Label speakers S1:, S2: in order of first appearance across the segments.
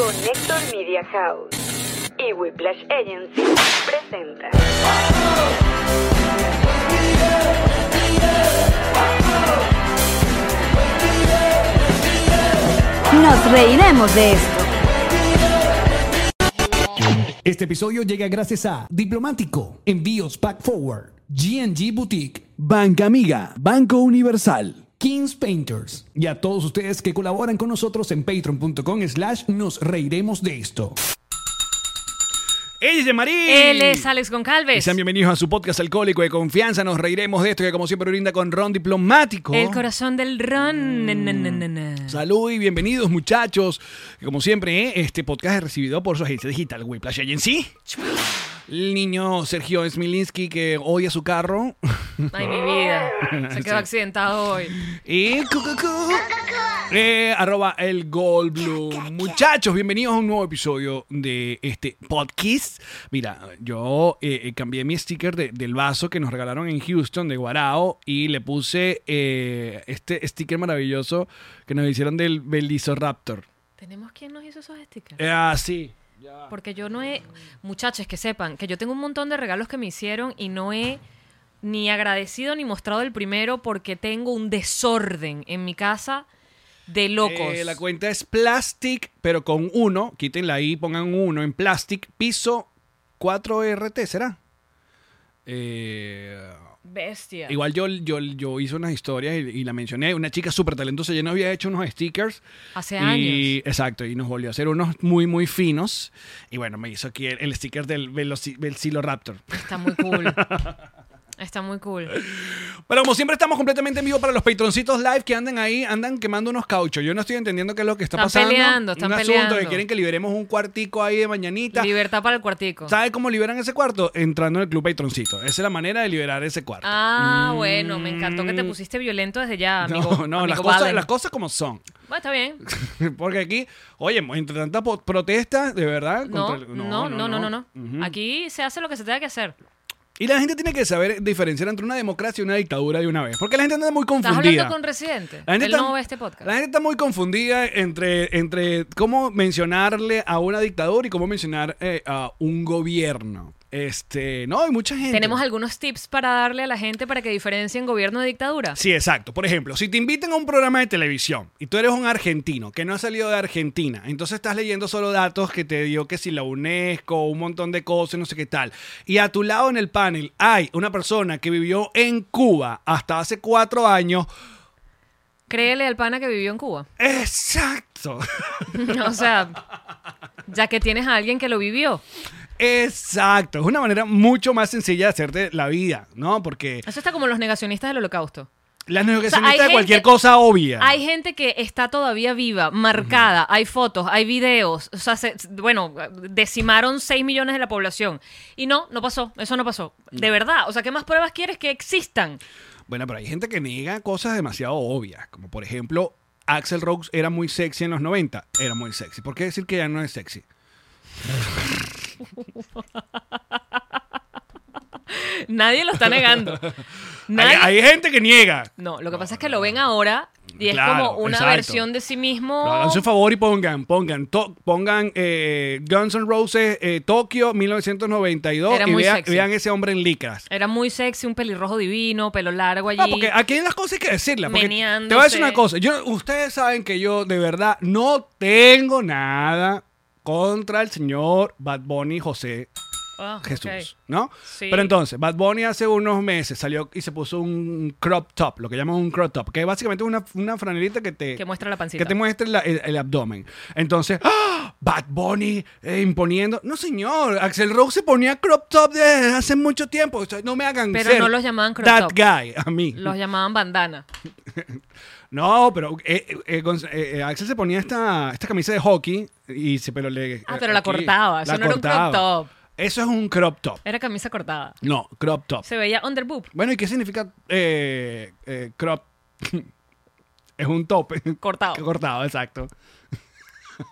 S1: Connector Media House y Whiplash Agency presenta.
S2: Nos reiremos de esto.
S3: Este episodio llega gracias a Diplomático, Envíos Pack Forward, GNG Boutique,
S4: Banca Amiga, Banco Universal.
S3: Kings Painters y a todos ustedes que colaboran con nosotros en patreon.com slash nos reiremos de esto.
S4: ¡Ella es Yamarí!
S5: Él es Alex
S4: Y
S5: Goncalves.
S4: sean bienvenidos a su podcast alcohólico de confianza. Nos reiremos de esto que como siempre brinda con Ron Diplomático.
S5: El corazón del
S4: Mm.
S5: ron. Na, na, na, na, na.
S4: Salud y bienvenidos muchachos. Como siempre, ¿eh? este podcast es recibido por su agencia digital Whiplash Agency. El niño Sergio Smilinski que odia su carro.
S5: Ay, mi vida. Se quedó accidentado hoy.
S4: Y cu, cu, cu. Eh, arroba el Goldblum. Muchachos, bienvenidos a un nuevo episodio de este podcast. Mira, yo eh, eh, cambié mi sticker de- del vaso que nos regalaron en Houston de Guarao y le puse eh, este sticker maravilloso que nos hicieron del Velociraptor.
S5: ¿Tenemos quién nos hizo esos stickers?
S4: Eh, ah, sí.
S5: Porque yo no he. Muchachos, que sepan que yo tengo un montón de regalos que me hicieron y no he ni agradecido ni mostrado el primero porque tengo un desorden en mi casa de locos.
S4: Eh, la cuenta es Plastic, pero con uno. Quítenla ahí, pongan uno en Plastic, piso 4RT, ¿será? Eh.
S5: Bestia.
S4: Igual yo, yo, yo hice unas historias y, y la mencioné. Una chica súper talentosa. Yo no había hecho unos stickers.
S5: Hace
S4: y,
S5: años.
S4: Exacto. Y nos volvió a hacer unos muy, muy finos. Y bueno, me hizo aquí el, el sticker del Veloci- Velociraptor.
S5: Está muy cool. Está muy cool.
S4: Pero como siempre, estamos completamente en vivo para los patroncitos live que andan ahí, andan quemando unos cauchos. Yo no estoy entendiendo qué es lo que está
S5: Están
S4: pasando.
S5: peleando, están
S4: Un asunto que
S5: peleando.
S4: quieren que liberemos un cuartico ahí de mañanita.
S5: Libertad para el cuartico.
S4: ¿Sabe cómo liberan ese cuarto? Entrando en el club patroncito. Esa es la manera de liberar ese cuarto.
S5: Ah, bueno, me encantó que te pusiste violento desde ya, amigo.
S4: Mm. no, no,
S5: amigo
S4: las cosas,
S5: Baden.
S4: las cosas como son.
S5: Bueno, está bien.
S4: Porque aquí, oye, entre tantas po- protestas, de verdad.
S5: No,
S4: contra el-
S5: no, no, no, no. no.
S4: Ujú.
S5: Aquí se hace lo que se tenga que hacer.
S4: Y la gente tiene que saber diferenciar entre una democracia y una dictadura de una vez. Porque la gente anda muy
S5: Estás
S4: confundida.
S5: hablando con Residente.
S4: La gente
S5: Él
S4: está-
S5: no ve este podcast.
S4: La gente está muy confundida entre, entre cómo mencionarle a una dictadura y cómo mencionar eh, a un gobierno. Este, no, hay mucha gente.
S5: Tenemos algunos tips para darle a la gente para que diferencien gobierno de dictadura.
S4: Sí, exacto. Por ejemplo, si te invitan a un programa de televisión y tú eres un argentino que no ha salido de Argentina, entonces estás leyendo solo datos que te dio que si la UNESCO, un montón de cosas, no sé qué tal. Y a tu lado en el panel hay una persona que vivió en Cuba hasta hace cuatro años.
S5: Créele al pana que vivió en Cuba.
S4: Exacto.
S5: o sea, ya que tienes a alguien que lo vivió.
S4: Exacto. Es una manera mucho más sencilla de hacerte la vida, ¿no? Porque
S5: Eso está como los negacionistas del holocausto.
S4: las negacionistas
S5: hay
S4: de cualquier
S5: gente-
S4: cosa obvia.
S5: Hay gente que está todavía viva, marcada, hay fotos, hay videos, o sea, se- bueno, decimaron 6 millones de la población. Y no, no pasó, eso no pasó. De verdad, o sea, ¿qué más pruebas quieres que existan?
S4: Bueno, pero hay gente que niega cosas demasiado obvias, como por ejemplo, Axel Rose era muy sexy en los 90, era muy sexy. ¿Por qué decir que ya no es sexy?
S5: Nadie lo está negando. Nadie-
S4: Hay, hay gente que niega.
S5: No, lo que pasa es que lo ven ahora y es
S4: Claro,
S5: como una
S4: exacto.
S5: versión de sí mismo.
S4: Pero Hagan su favor y pongan, pongan, to- pongan eh, Guns N' Roses eh, Tokio 1992
S5: Era
S4: y
S5: muy
S4: vean-
S5: sexy.
S4: vean ese hombre en licras.
S5: Era muy sexy, un pelirrojo divino, pelo largo allí.
S4: No, Ah, porque aquí hay las cosas hay que decirlas. Porque te voy a
S5: Meneándose.
S4: decir una cosa. Yo, ustedes saben que yo de verdad no tengo nada contra el señor Bad Bunny José
S5: Ah, ok.
S4: Jesús, ¿no?
S5: Sí.
S4: Pero entonces, Bad Bunny hace unos meses salió y se puso un crop top, lo que llaman un crop top, que es básicamente una, una franelita que te,
S5: Que muestra la pancita.
S4: que te muestre la- el, el abdomen. Entonces, ¡ah! Bad Bunny eh, imponiendo. No, señor, Axel Rose se ponía crop top desde hace mucho tiempo. O sea, No me hagan
S5: Pero
S4: ser
S5: no los llamaban crop
S4: that
S5: top.
S4: guy, a mí.
S5: Los llamaban bandana.
S4: No, pero eh, eh, Gonz- eh, eh, Axel se ponía esta, esta camisa de hockey y se pero le eh,
S5: Ah, pero la cortaba, eso no era un crop top.
S4: Eso es un crop top.
S5: Era camisa cortada.
S4: No, crop top.
S5: Se veía underboob,
S4: Bueno, ¿y qué significa eh, eh, crop? es un tope.
S5: cortado.
S4: Cortado, exacto.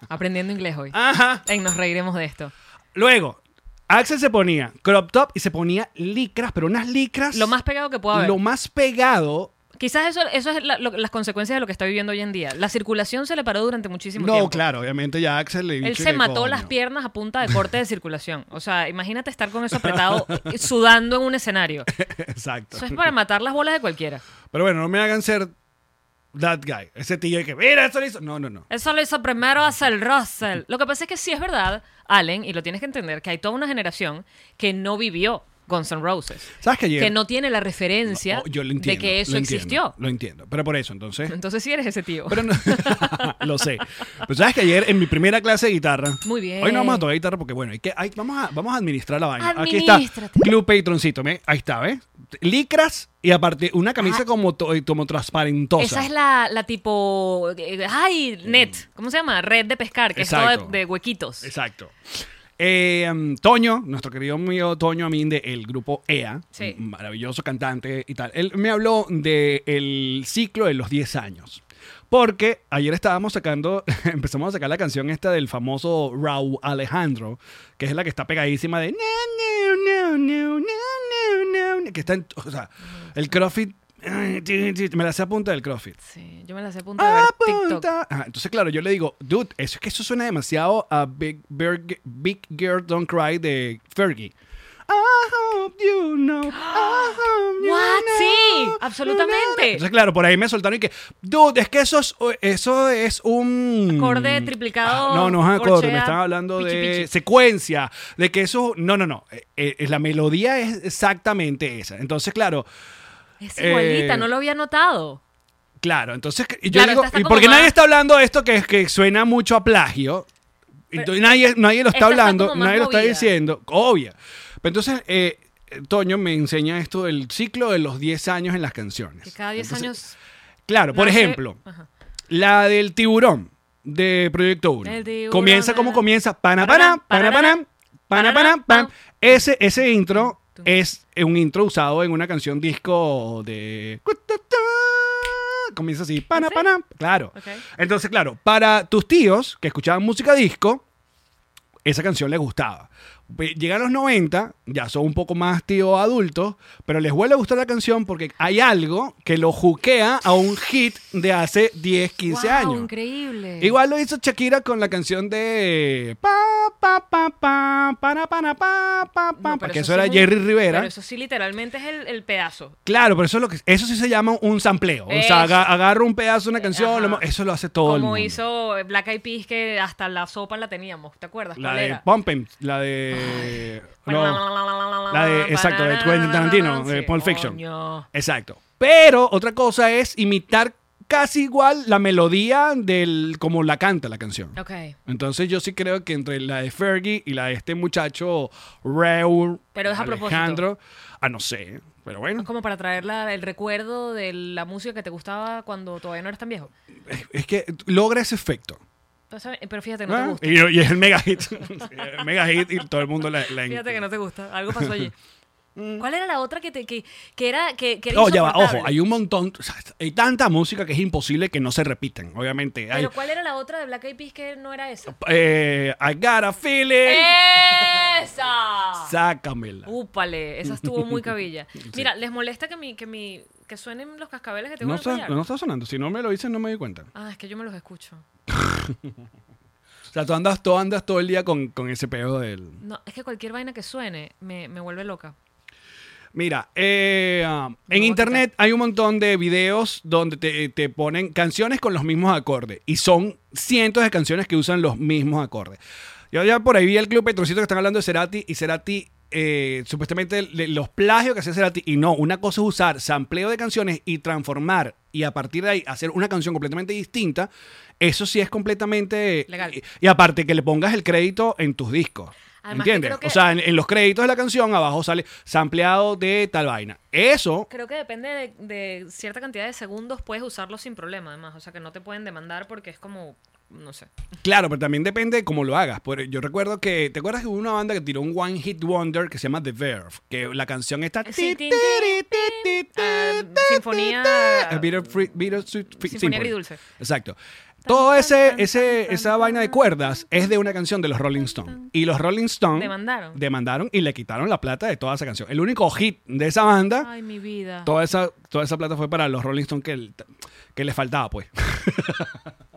S5: Aprendiendo inglés hoy.
S4: Ajá.
S5: En Nos reiremos de esto.
S4: Luego, Axel se ponía crop top y se ponía licras, pero unas licras.
S5: Lo más pegado que pueda haber.
S4: Lo más pegado.
S5: Quizás eso, eso es la- lo- las consecuencias de lo que está viviendo hoy en día. La circulación se le paró durante muchísimo
S4: No,
S5: tiempo.
S4: claro, obviamente ya Axel le
S5: Él
S4: dicho
S5: se
S4: que,
S5: mató
S4: coño.
S5: las piernas a punta de corte de circulación. O sea, imagínate estar con eso apretado, sudando en un escenario.
S4: Exacto.
S5: Eso es para matar las bolas de cualquiera.
S4: Pero bueno, no me hagan ser that guy. Ese tío que, mira, eso lo hizo. No, no, no.
S5: Eso lo hizo primero Russell Russell. Lo que pasa es que sí es verdad, Allen, y lo tienes que entender, que hay toda una generación que no vivió Guns N' Roses.
S4: ¿Sabes que ayer?
S5: Que no tiene la referencia
S4: Oh, yo lo entiendo,
S5: de que eso
S4: lo entiendo,
S5: existió.
S4: Lo entiendo. Pero por eso, entonces.
S5: Entonces sí eres ese tío.
S4: Pero no- lo sé. Pero sabes que ayer en mi primera clase de guitarra.
S5: Muy bien.
S4: Hoy no vamos a tocar guitarra porque, bueno, hay que, hay- vamos, a, vamos a administrar la vaina. Aquí está.
S5: Administrate.
S4: Club Patroncito. ¿me? Ahí está, ¿ves? Licras y aparte una camisa como, to- como transparentosa.
S5: Esa es la, la tipo... eh, Ay, net. ¿Cómo se llama? Red de pescar, que es
S4: Mm. Exacto.
S5: todo de, de huequitos.
S4: Exacto. Eh, mm, Toño, nuestro querido amigo Toño Amin de el grupo EA,
S5: Sí.
S4: un maravilloso cantante y tal, él me habló del ciclo de los 10 años. Porque ayer estábamos sacando, empezamos a sacar la canción esta del famoso Raúl Alejandro, que es la que está pegadísima de... "No, no, no, no, no, no, no", que está en... O sea, el CrossFit... Me la sé a punta del CrossFit.
S5: Sí, yo me la sé a punta
S4: Ah,
S5: de ver TikTok.
S4: Apunta. Ajá, entonces, claro, yo le digo, dude, eso es que eso suena demasiado a Big, Bird- Big Girl Don't Cry de Fergie. I hope you know. I hope you
S5: What?
S4: know.
S5: Sí, absolutamente.
S4: Entonces, claro, por ahí me soltaron y que, dude, es que eso es, eso es un.
S5: Acorde triplicado,
S4: Ah, no, no es acorde,
S5: corchea,
S4: me están hablando
S5: pichi,
S4: de
S5: pichi.
S4: secuencia, de que eso. No, no, no. eh, eh, la melodía es exactamente esa. Entonces, claro,
S5: Es igualita,
S4: Eh,
S5: no lo había notado.
S4: Claro, entonces que- y yo
S5: Claro,
S4: digo,
S5: esta está
S4: ¿y
S5: como
S4: por qué
S5: más-
S4: nadie está hablando de esto que, es- que suena mucho a plagio? Entonces, nadie, nadie lo está
S5: esta está
S4: hablando,
S5: como más
S4: nadie lo está
S5: movida.
S4: diciendo, obvia. Pero entonces, eh, Toño me enseña esto del ciclo de los 10 años en las canciones.
S5: Que cada 10
S4: Entonces,
S5: años...
S4: Claro, por
S5: nace-
S4: ejemplo,
S5: Ajá.
S4: la del tiburón de Proyecto 1.
S5: El tiburón,
S4: Comienza
S5: na,
S4: como
S5: na.
S4: comienza, pana
S5: Pararán,
S4: pana, pana pana,
S5: pararán,
S4: pana pana,
S5: pararán,
S4: pan.
S5: pam.
S4: Ese ese intro
S5: Tum.
S4: es un intro usado en una canción disco de comienza así, pana
S5: ¿Ah, ¿Sí?
S4: pana, claro.
S5: Ok.
S4: Entonces, claro, para tus tíos que escuchaban música disco, esa canción les gustaba. Ve- Llegan los 90, ya son un poco más tío adultos, pero les vuelve a gustar la canción porque hay algo que lo juquea a un hit de hace 10, 15
S5: Wow,
S4: años.
S5: increíble.
S4: Igual lo hizo Shakira con la canción de pa pa pa pa para para pa pa
S5: No,
S4: pa
S5: pero
S4: que eso
S5: sí
S4: era
S5: es un-
S4: Jerry Rivera.
S5: Pero eso sí literalmente es el, el pedazo.
S4: Claro, pero eso es lo que eso sí se llama un sampleo, o sea,
S5: Eso.
S4: aga- agarro un pedazo de una canción,
S5: Ajá.
S4: lo mo- eso lo hace todo el
S5: Como
S4: mundo.
S5: hizo Black Eyed Peas que hasta la sopa la teníamos, ¿te acuerdas?
S4: la
S5: ¿Cuál
S4: de
S5: era?
S4: Pumpin, la de no. La
S5: La
S4: de, exacto, de Quentin Tarantino, de Pulp Fiction.
S5: Coño.
S4: Exacto. Pero otra cosa es imitar casi igual la melodía del como la canta la canción.
S5: Ok.
S4: Entonces yo sí creo que entre la de Fergie y la de este muchacho Raúl
S5: Pero es a propósito.
S4: Alejandro, ah no sé, pero bueno,
S5: Como para traer la- el recuerdo de la música que te gustaba cuando todavía no eras tan viejo.
S4: es- es que logra ese efecto.
S5: Entonces, eh, pero fíjate, no te
S4: Ah,
S5: gusta.
S4: y, y es el mega hit, el mega hit y todo el mundo la, la-
S5: Fíjate que no te gusta. Algo pasó allí. ¿Cuál era la otra que te que, que era que, que era
S4: No, Mm. Oh, ya va,
S5: insoportable?
S4: ojo, hay un montón, o sea, hay tanta música que es imposible que no se repitan, obviamente. Hay,
S5: Pero ¿cuál era la otra de Black Eyed Peas que no era esa?
S4: eh, I got a feeling,
S5: Eh. ¡Esa!
S4: sácamela.
S5: Uh, Úpale, esa estuvo muy cabilla. Mira, ¿les molesta que mi, que mi, que suenen los cascabeles que tengo
S4: No
S5: en el
S4: está,
S5: collar?
S4: no está sonando. Si no me lo dices, no me doy cuenta.
S5: Ah, es que yo me los escucho.
S4: O sea, tú andas, tú andas todo el día con, con ese pedo del.
S5: No, es que cualquier vaina que suene me, me vuelve loca.
S4: Mira, eh, um,
S5: voy a
S4: en
S5: quitar.
S4: internet hay un montón de videos donde te, eh, te ponen canciones con los mismos acordes. Y son cientos de canciones que usan los mismos acordes. Yo ya por ahí vi el Club Petrocito que están hablando de Cerati y Cerati. eh, supuestamente le- los plagios que hacía Cerati y no, una cosa es usar sampleo de canciones y transformar y a partir de ahí hacer una canción completamente distinta eso sí es completamente
S5: Legal.
S4: y, y aparte que le pongas el crédito en tus discos
S5: Además que
S4: ¿entiendes?
S5: creo que-
S4: o sea Ah, en, en los créditos de la canción abajo sale sampleado de tal vaina eso
S5: Creo que depende de, de cierta cantidad de segundos, puedes usarlo sin problema, además. O sea, que no te pueden demandar porque es como, no sé.
S4: Claro, pero también depende de cómo lo hagas. Por- Yo recuerdo que, ¿te acuerdas que hubo una banda que tiró un One Hit Wonder que se llama The Verve? Que la canción está...
S5: Sí, tin, tin, tin. Ah, sinfonía-
S4: Bitter, Fruit- Bitter Sweet Fruit
S5: Sinfonía
S4: Symphony.
S5: agridulce.
S4: Exacto. Todo ese, ese, esa vaina de cuerdas es de una canción de los Rolling Stones. Y los Rolling Stones
S5: Demandaron.
S4: demandaron y le quitaron la plata de toda esa canción. El único hit de esa banda,
S5: Ay, mi vida.
S4: toda esa, toda esa plata fue para los Rolling Stones que, el- que les faltaba, pues.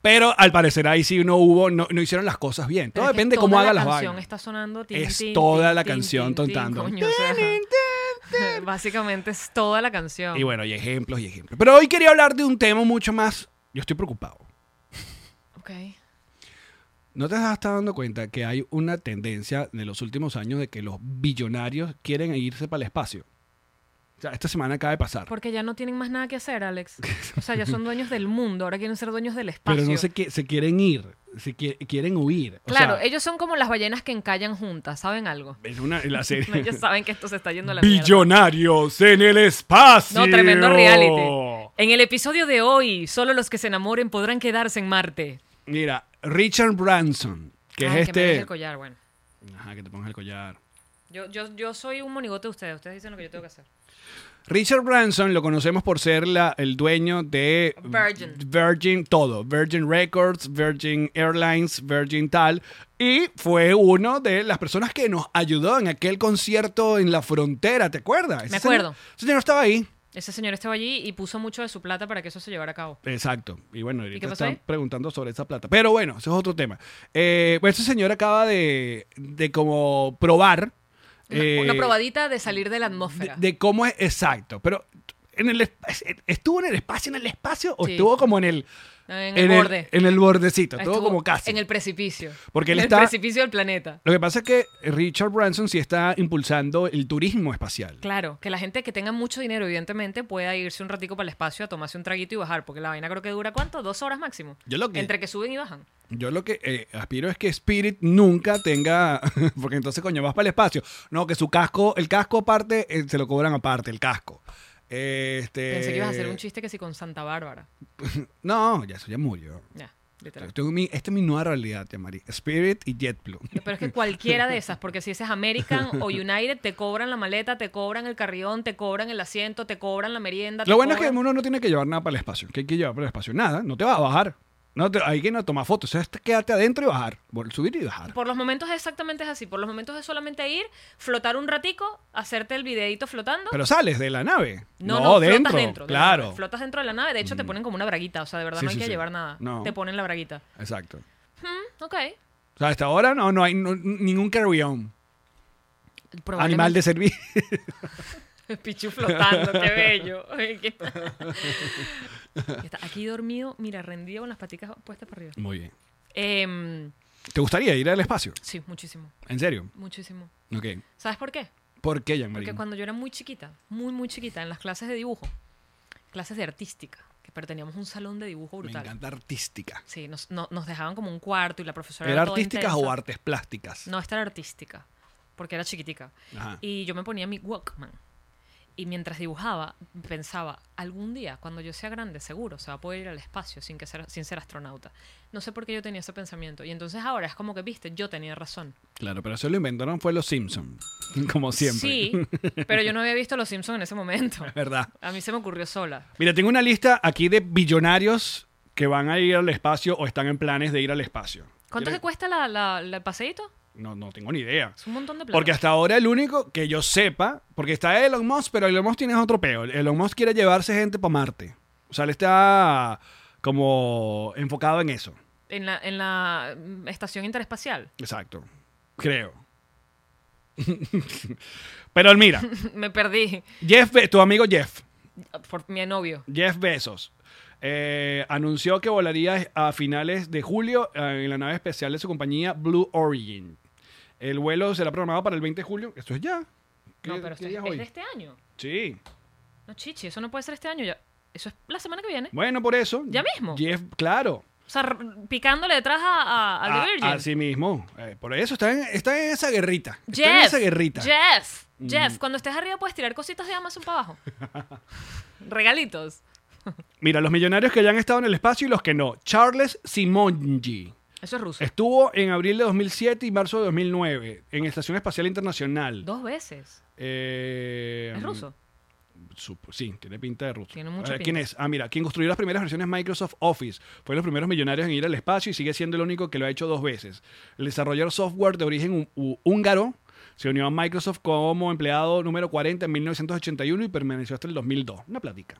S4: Pero al parecer ahí sí no hubo, no, no hicieron las cosas bien.
S5: Pero
S4: Todo
S5: es que
S4: depende de
S5: toda
S4: cómo haga
S5: la
S4: las
S5: canción
S4: vainas.
S5: Está sonando tin,
S4: Es
S5: tin,
S4: toda
S5: tin,
S4: la
S5: tin,
S4: canción
S5: tin, tin,
S4: tontando.
S5: coño, o sea, básicamente es toda la canción.
S4: Y bueno, y ejemplos y ejemplos. Pero hoy quería hablar de un tema mucho más. Yo estoy preocupado.
S5: Ok.
S4: ¿No te estás dando cuenta que hay una tendencia de los últimos años de que los billonarios quieren irse para el espacio? O sea, esta semana acaba de pasar.
S5: Porque ya no tienen más nada que hacer, Alex. O sea, ya son dueños del mundo, ahora quieren ser dueños del espacio.
S4: Pero no se, qui- se quieren ir, se qui- quieren huir. O
S5: Claro,
S4: sea,
S5: ellos son como las ballenas que encallan juntas, ¿saben algo?
S4: es una- la serie-
S5: No, ellos saben que esto se está yendo a la mierda.
S4: Billonarios en el espacio.
S5: No, tremendo
S4: oh.
S5: reality. En el episodio de hoy, solo los que se enamoren podrán quedarse en Marte.
S4: Mira, Richard Branson, que
S5: Ay,
S4: es
S5: Que me deje
S4: este...
S5: el collar, bueno.
S4: Ajá, que te pongas el collar.
S5: Yo, yo, yo soy un monigote de ustedes, ustedes dicen lo que yo tengo que hacer.
S4: Richard Branson lo conocemos por ser la- el dueño de
S5: Virgin.
S4: Virgin todo, Virgin Records, Virgin Airlines, Virgin tal, y fue uno de las personas que nos ayudó en aquel concierto en la frontera, ¿te acuerdas? Ese señor-
S5: acuerdo.
S4: Ese señor estaba ahí.
S5: Ese señor estaba allí y puso mucho de su plata para que eso se llevara a cabo.
S4: Exacto. Y bueno, ahorita
S5: qué pasó
S4: están
S5: ahí?
S4: preguntando sobre esa plata. Pero bueno, ese es otro tema. Eh, pues este señor acaba de, de como probar.
S5: Una,
S4: eh,
S5: una probadita de salir de la
S4: de,
S5: atmósfera.
S4: de cómo es exacto, pero en el esp- es- estuvo en el espacio en el espacio o
S5: Sí.
S4: estuvo como en el
S5: En el borde.
S4: en el bordecito,
S5: Ah,
S4: estuvo,
S5: estuvo
S4: como casi.
S5: En el precipicio.
S4: Porque él
S5: en
S4: está-
S5: el precipicio del planeta.
S4: Lo que pasa es que Richard Branson sí está impulsando el turismo espacial.
S5: Claro, que la gente que tenga mucho dinero, evidentemente, pueda irse un ratico para el espacio a tomarse un traguito y bajar, porque la vaina creo que dura cuánto, dos horas máximo.
S4: Yo lo que-
S5: Entre que suben y bajan.
S4: Yo lo que eh, aspiro es que Spirit nunca tenga, porque entonces coño vas para el espacio. No, que su casco, el casco aparte eh, se lo cobran aparte el casco. Este,
S5: Pensé que ibas a hacer un chiste que sí con Santa Bárbara.
S4: No, ya eso ya murió.
S5: Ya, literal.
S4: Tengo mi- esta es mi nueva realidad, Mari. Spirit y JetBlue.
S5: Pero es que cualquiera de esas, porque si ese es American o United, te cobran la maleta, te cobran el carrión, te cobran el asiento, te cobran la merienda. te
S4: Lo bueno es que
S5: cobran-
S4: uno no tiene que llevar nada para el espacio. ¿Qué hay que llevar para el espacio? Nada, no te vas a bajar. No te- hay que no tomar fotos. O sea, es quédate adentro y bajar. Vol- Subir y bajar.
S5: Por los momentos exactamente es así. Por los momentos es solamente ir, flotar un ratico, hacerte el videito flotando.
S4: Pero sales de la nave.
S5: No, no,
S4: dentro.
S5: flotas dentro. de la
S4: claro. Mm.
S5: nave. flotas dentro de la nave. De hecho, te ponen como una braguita. O sea, de verdad
S4: Sí,
S5: no hay
S4: sí,
S5: que
S4: sí.
S5: llevar nada.
S4: No.
S5: Te ponen la braguita.
S4: Exacto.
S5: Mm, ok.
S4: O sea, hasta ahora no, no hay no- ningún carry-on.
S5: Probablemente-
S4: Animal de servicio.
S5: Pichu flotando, qué bello. Ay, qué- Está aquí dormido, mira, rendido con las paticas puestas para arriba.
S4: Muy bien.
S5: Em,
S4: ¿Te gustaría ir al espacio?
S5: sí, muchísimo,
S4: ¿En serio?
S5: muchísimo.
S4: Ok.
S5: ¿Sabes por qué?
S4: ¿Por qué, Jean
S5: Porque cuando yo era muy chiquita, muy, muy chiquita, en las clases de dibujo, clases de artística, que perteníamos a un salón de dibujo
S4: Me
S5: brutal.
S4: encanta artística.
S5: Sí, nos, no- nos dejaban como un cuarto y la profesora
S4: ¿Era
S5: toda
S4: artísticas o
S5: intensa.
S4: artes plásticas?
S5: No, esta era artística, porque era chiquitica.
S4: Ajá.
S5: Y yo me ponía mi Walkman. Y mientras dibujaba, pensaba, algún día, cuando yo sea grande, seguro, se va a poder ir al espacio sin, que ser, sin ser astronauta. No sé por qué yo tenía ese pensamiento. Y entonces ahora es como que, viste, yo tenía razón.
S4: Claro, pero eso lo inventaron fue los Simpsons. Como siempre.
S5: Sí, pero yo no había visto Los Simpsons en ese momento.
S4: ¿Verdad?
S5: A mí se me ocurrió sola.
S4: Mira, tengo una lista aquí de billonarios que van a ir al espacio o están en planes de ir al espacio.
S5: ¿Cuánto
S4: ¿Quieres-
S5: que cuesta la, la- la- el paseíto?
S4: No, no tengo ni idea.
S5: Es un montón de plata.
S4: Porque hasta ahora el único que yo sepa, porque está Elon Musk, pero Elon Musk tiene otro peo. Elon Musk quiere llevarse gente para Marte. O sea, él está como enfocado en eso.
S5: En la, en la mm, estación interespacial.
S4: Exacto. Creo. pero mira,
S5: me perdí.
S4: Jeff, Be- tu amigo Jeff,
S5: Por mi novio.
S4: Jeff Bezos eh, anunció que volaría a finales de julio eh, en la nave especial de su compañía Blue Origin. El vuelo será programado para el 20 de julio. Esto es ya. ¿Qué-
S5: No, pero
S4: qué
S5: esto es,
S4: día es
S5: es
S4: hoy?
S5: de este año.
S4: Sí.
S5: No, chichi, eso no puede ser este año ya. Eso es la semana que viene.
S4: Bueno, por eso.
S5: ¿Ya mismo?
S4: Jeff, claro.
S5: O sea, r- picándole detrás a, a, a The
S4: A-
S5: Virgin.
S4: Así mismo. Eh, por eso está en, está en esa guerrita. Está en
S5: Jeff,
S4: esa guerrita.
S5: Jeff, Jeff, cuando estés arriba puedes tirar cositas de Amazon para abajo. Regalitos.
S4: Mira, los millonarios que ya han estado en el espacio y los que no. Charles Simonyi.
S5: Eso es ruso.
S4: Estuvo en abril de 2007 y marzo de 2009 en Estación Espacial Internacional.
S5: Dos veces.
S4: Eh,
S5: Es ruso.
S4: supo- sí, tiene pinta de ruso.
S5: Tiene
S4: A
S5: mucha
S4: ver, ¿Quién
S5: pinta.
S4: es? Ah, mira, quien construyó las primeras versiones Microsoft Office. Fue de los primeros millonarios en ir al espacio y sigue siendo el único que lo ha hecho dos veces. El desarrollador software de origen hú- hú- húngaro se unió a Microsoft como empleado número 40 en 1981 y permaneció hasta el 2002. Una plática.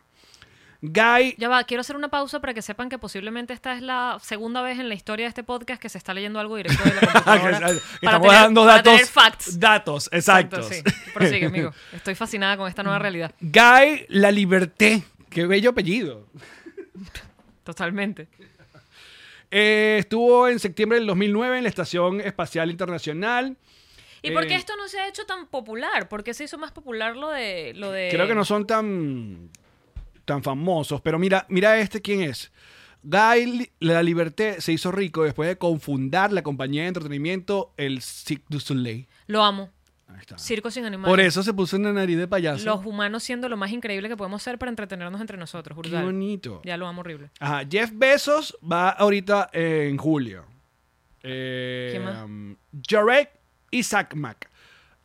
S4: Guy
S5: Ya va, quiero hacer una pausa para que sepan que posiblemente esta es la segunda vez en la historia de este podcast que se está leyendo algo directo de la
S4: Ah, que-
S5: computadora.
S4: ah, que
S5: para,
S4: estamos
S5: tener,
S4: dando
S5: para
S4: datos.
S5: tener facts.
S4: Datos, exactos.
S5: Exacto, sí. Prosigue, amigo. Estoy fascinada con esta nueva realidad.
S4: Guy La Liberté. Qué bello apellido.
S5: Totalmente.
S4: Eh, estuvo en septiembre del 2009 en la Estación Espacial Internacional.
S5: ¿Y por qué
S4: Eh,
S5: esto no se ha hecho tan popular? ¿Por qué se hizo más popular lo de... Lo de...
S4: Creo que no son tan, tan famosos. Pero mira, mira este quién es. Guy Li- La Liberté se hizo rico después de confundar la compañía de entretenimiento, el Cirque du Soleil.
S5: Lo amo.
S4: Ahí está.
S5: Circo sin animales.
S4: Por eso se puso una nariz de payaso.
S5: Los humanos siendo lo más increíble que podemos ser para entretenernos entre nosotros.
S4: Qué
S5: brutal.
S4: bonito.
S5: Ya lo amo horrible.
S4: Ajá, Jeff Bezos va ahorita en julio. Eh,
S5: ¿Quién más?
S4: um, Jarek Isaacmak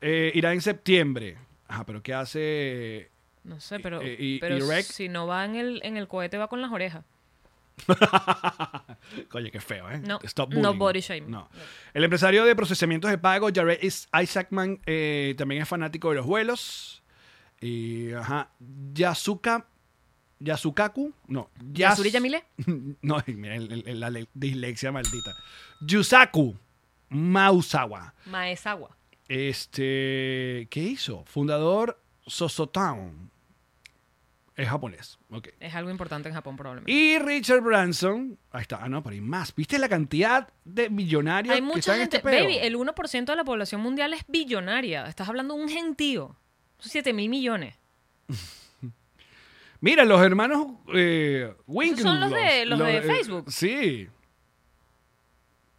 S4: eh, irá en septiembre. Ajá, pero ¿qué hace?
S5: No sé, pero,
S4: Eh, y-
S5: pero
S4: y Rec.
S5: si no va en el, en el cohete, va con las orejas.
S4: Coño, qué feo, ¿eh?
S5: No,
S4: Stop
S5: no
S4: bullying.
S5: body shaming.
S4: No. El empresario de procesamientos de pago, Jarek Is- Isaacman, eh, también es fanático de los vuelos. Y, ajá, Yasuka, Yasukaku, no. Yas-
S5: ¿Yasuri Yamile?
S4: No, mira, el- el- el- la le- dislexia maldita. Yusaku Mausawa.
S5: Maesagua.
S4: Este, ¿qué hizo? Fundador Sosotown. Es japonés. Ok.
S5: Es algo importante en Japón, probablemente.
S4: Y Richard Branson. Ahí está. Ah, no, pero hay más. ¿Viste la cantidad de millonarios
S5: Hay
S4: que están
S5: mucha gente.
S4: en este peo?
S5: Baby, el 1% de la población mundial es billonaria. Estás hablando de un gentío. 7 mil millones.
S4: Mira, los hermanos eh, Winklevoss, eh,
S5: los de- los de Facebook.
S4: sí.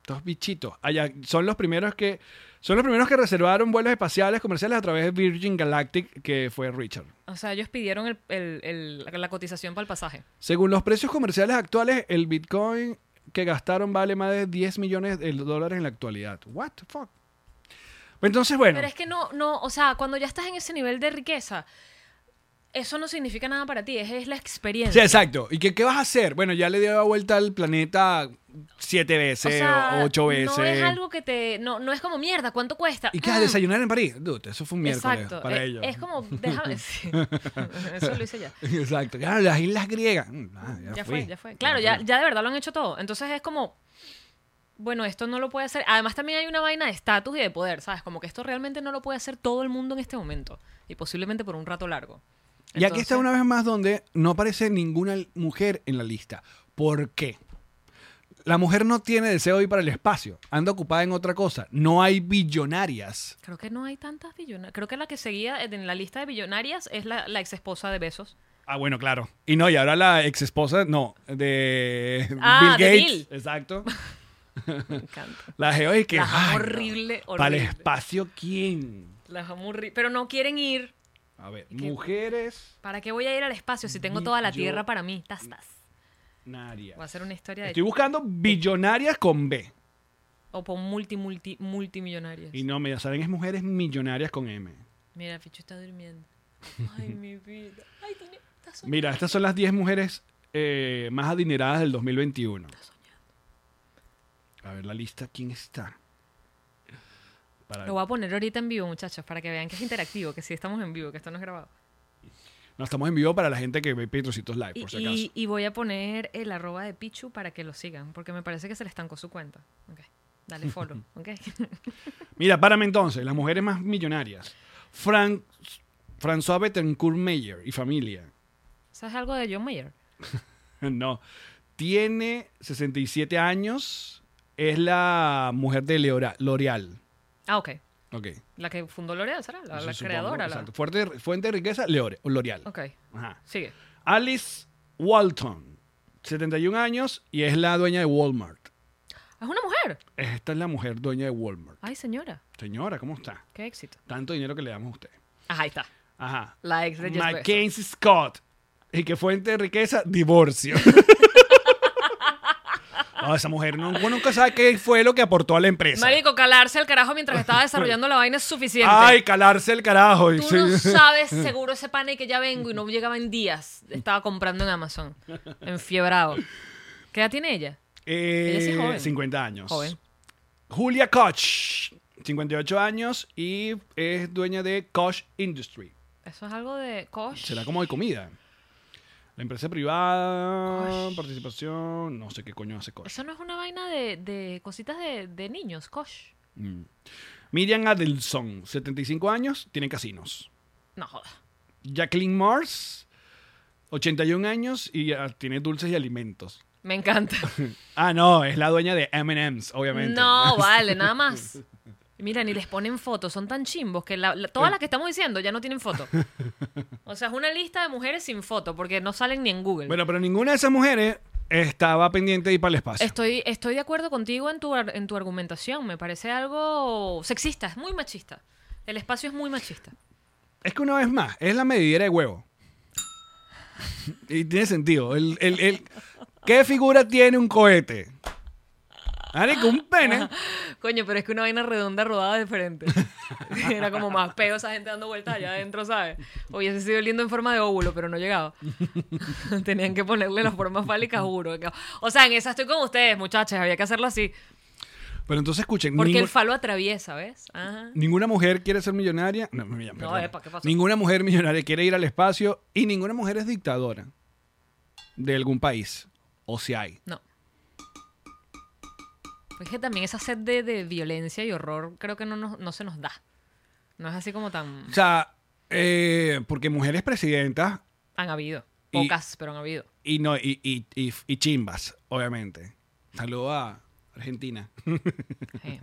S4: Estos bichitos. Allá son los primeros que son los primeros que reservaron vuelos espaciales comerciales a través de Virgin Galactic, que fue Richard.
S5: O sea, ellos pidieron el- el- el- la cotización para el pasaje.
S4: Según los precios comerciales actuales, el Bitcoin que gastaron vale más de 10 millones de dólares en la actualidad. What the fuck? Pues Entonces, bueno,
S5: Pero es que no, no, o sea, cuando ya estás en ese nivel de riqueza, eso no significa nada para ti, es, es la
S4: Sí,
S5: experiencia.
S4: exacto. ¿Y qué, qué vas a hacer? Bueno, ya le dio la vuelta al planeta siete
S5: O
S4: veces,
S5: sea,
S4: o ocho veces.
S5: No es algo que te. No, no es como mierda, ¿cuánto cuesta?
S4: ¿Y qué?
S5: Mm,
S4: ¿Desayunar en París? Dude, eso fue un miércoles
S5: Exacto.
S4: para
S5: es,
S4: ellos.
S5: es como, déjame. sí. Eso lo hice ya.
S4: Exacto. Claro, las islas griegas. Mm, ah, ya,
S5: Ya,
S4: fui.
S5: fue, ya fue. Claro, ya, ya de verdad lo han hecho todo. Entonces es como. Bueno, esto no lo puede hacer. Además, también hay una vaina de estatus y de poder, ¿sabes? Como que esto realmente no lo puede hacer todo el mundo en este momento. Y posiblemente por un rato largo.
S4: Y aquí está
S5: Entonces-
S4: una vez más donde no aparece ninguna l- mujer en la lista. ¿Por qué? La mujer no tiene deseo de ir para el espacio. Anda ocupada en otra cosa. No hay billonarias.
S5: Creo que no hay tantas billonarias. Creo que la que seguía en la lista de billonarias es la, la ex esposa de Besos.
S4: Ah, bueno, claro. Y no, y ahora la ex esposa, no, de
S5: Ah,
S4: Bill
S5: de
S4: Gates.
S5: Bill.
S4: Exacto.
S5: Me encanta.
S4: La geo y que.
S5: Las amo
S4: ay,
S5: horrible,
S4: no. ¿Para el
S5: horrible.
S4: espacio quién?
S5: Las amo horri- Pero no quieren ir.
S4: A ver,
S5: que-
S4: mujeres,
S5: ¿Para qué voy a ir al espacio si tengo toda la
S4: Billo-
S5: tierra para mí? Tas, tas.
S4: narias.
S5: Voy a hacer una historia
S4: Estoy
S5: de.
S4: buscando billonarias con B.
S5: O por multi, multi, multimillonarias.
S4: Y no, me ya saben, es mujeres millonarias con M.
S5: Mira, Pichu está durmiendo. Ay, mi vida. Ay, tiene. Está soñando.
S4: Mira, estas son las 10 mujeres eh, más adineradas del 2021. A ver, la lista, ¿quién está? Para-
S5: Lo voy a poner ahorita en vivo, muchachos, para que vean que es interactivo, que sí estamos en vivo, que esto no es grabado.
S4: no, estamos en vivo para la gente que ve Petrocitos Live,
S5: Y,
S4: por si acaso.
S5: y- y voy a poner el arroba de Pichu para que lo sigan, porque me parece que se le estancó su cuenta. Ok, Dale follow, ¿ok?
S4: Mira, párame entonces, las mujeres más millonarias. Fran- François Bettencourt Meyer y familia.
S5: ¿Sabes algo de John Mayer?
S4: No. Tiene 67 años. Es la mujer de Leora- L'Oreal.
S5: Ah, ok.
S4: Ok.
S5: La que fundó L'Oreal, ¿será? La,
S4: Eso
S5: Ah, la
S4: supongo,
S5: creadora. La...
S4: exacto. Fuerte- fuente de riqueza, Leore- L'Oreal.
S5: Ok,
S4: Ajá.
S5: sigue.
S4: Alice Walton, 71 años, y es la dueña de Walmart.
S5: ¡Es una mujer!
S4: Esta es la mujer dueña de Walmart.
S5: ¡Ay, señora!
S4: Señora, ¿cómo está?
S5: ¡Qué éxito!
S4: Tanto dinero que le damos a usted.
S5: Ah, ahí está.
S4: Ajá.
S5: La ex de Jeff Bezos.
S4: Mackenzie Scott. ¿Y qué fuente de riqueza? Divorcio. No, Ah, esa mujer no, uno nunca sabe qué fue lo que aportó a la empresa.
S5: Marico, calarse el carajo mientras estaba desarrollando la vaina es suficiente.
S4: Ay, calarse el carajo. y
S5: Tú
S4: sí.
S5: no sabes seguro ese pane que ya vengo y no llegaba en días. Estaba comprando en Amazon. Enfiebrado. ¿Qué edad tiene ella?
S4: Eh,
S5: Ella sí es joven.
S4: 50 años.
S5: Joven.
S4: Julia Koch, 58 años y es dueña de Koch Industry.
S5: Eso es algo de Kosh.
S4: Será como de comida. La empresa privada, participación, no sé qué coño hace Koch.
S5: Eso no es una vaina de, de cositas de, de niños, Kosh.
S4: Mm. Miriam Adelson, 75 años, tiene casinos.
S5: No joda.
S4: Jacqueline Mars, 81 años y ah, tiene dulces y alimentos.
S5: Me encanta.
S4: Ah, no, es la dueña de M&M's, obviamente.
S5: No, vale, nada más. Mira, ni les ponen fotos, son tan chimbos que la- la- todas las que estamos diciendo ya no tienen foto. O sea, es una lista de mujeres sin foto porque no salen ni en Google.
S4: Bueno, pero ninguna de esas mujeres estaba pendiente de ir para el espacio.
S5: Estoy, estoy de acuerdo contigo en tu, ar- en tu argumentación. Me parece algo sexista, es muy machista. El espacio es muy machista.
S4: Es que una vez más, es la medidera de huevo. Y tiene sentido. El, el- el- ¿Qué figura tiene un cohete? Marico, un pene.
S5: Coño, pero es que una vaina redonda rodada de frente. Era como más peo esa gente dando vueltas allá adentro, ¿sabes? Hubiese sido lindo en forma de óvulo, pero no llegaba. Tenían que ponerle las formas fálicas, juro. O sea, en esa estoy con ustedes, muchachas. Había que hacerlo así.
S4: Pero entonces escuchen,
S5: Porque
S4: ningún-
S5: el falo atraviesa, ¿ves? Ajá.
S4: ninguna mujer quiere ser millonaria. No, mira, perdón.
S5: epa, ¿qué pasó?
S4: Ninguna mujer millonaria quiere ir al espacio y ninguna mujer es dictadora de algún país. O si hay.
S5: No. Es que también esa sed de, de violencia y horror creo que no, nos- no se nos da. No es así como tan,
S4: O sea, eh, porque mujeres presidentas
S5: han habido.
S4: Y-
S5: Pocas, pero han habido.
S4: y, no, y, y- y- y chimbas, obviamente. Saludo a Argentina.
S5: Sí.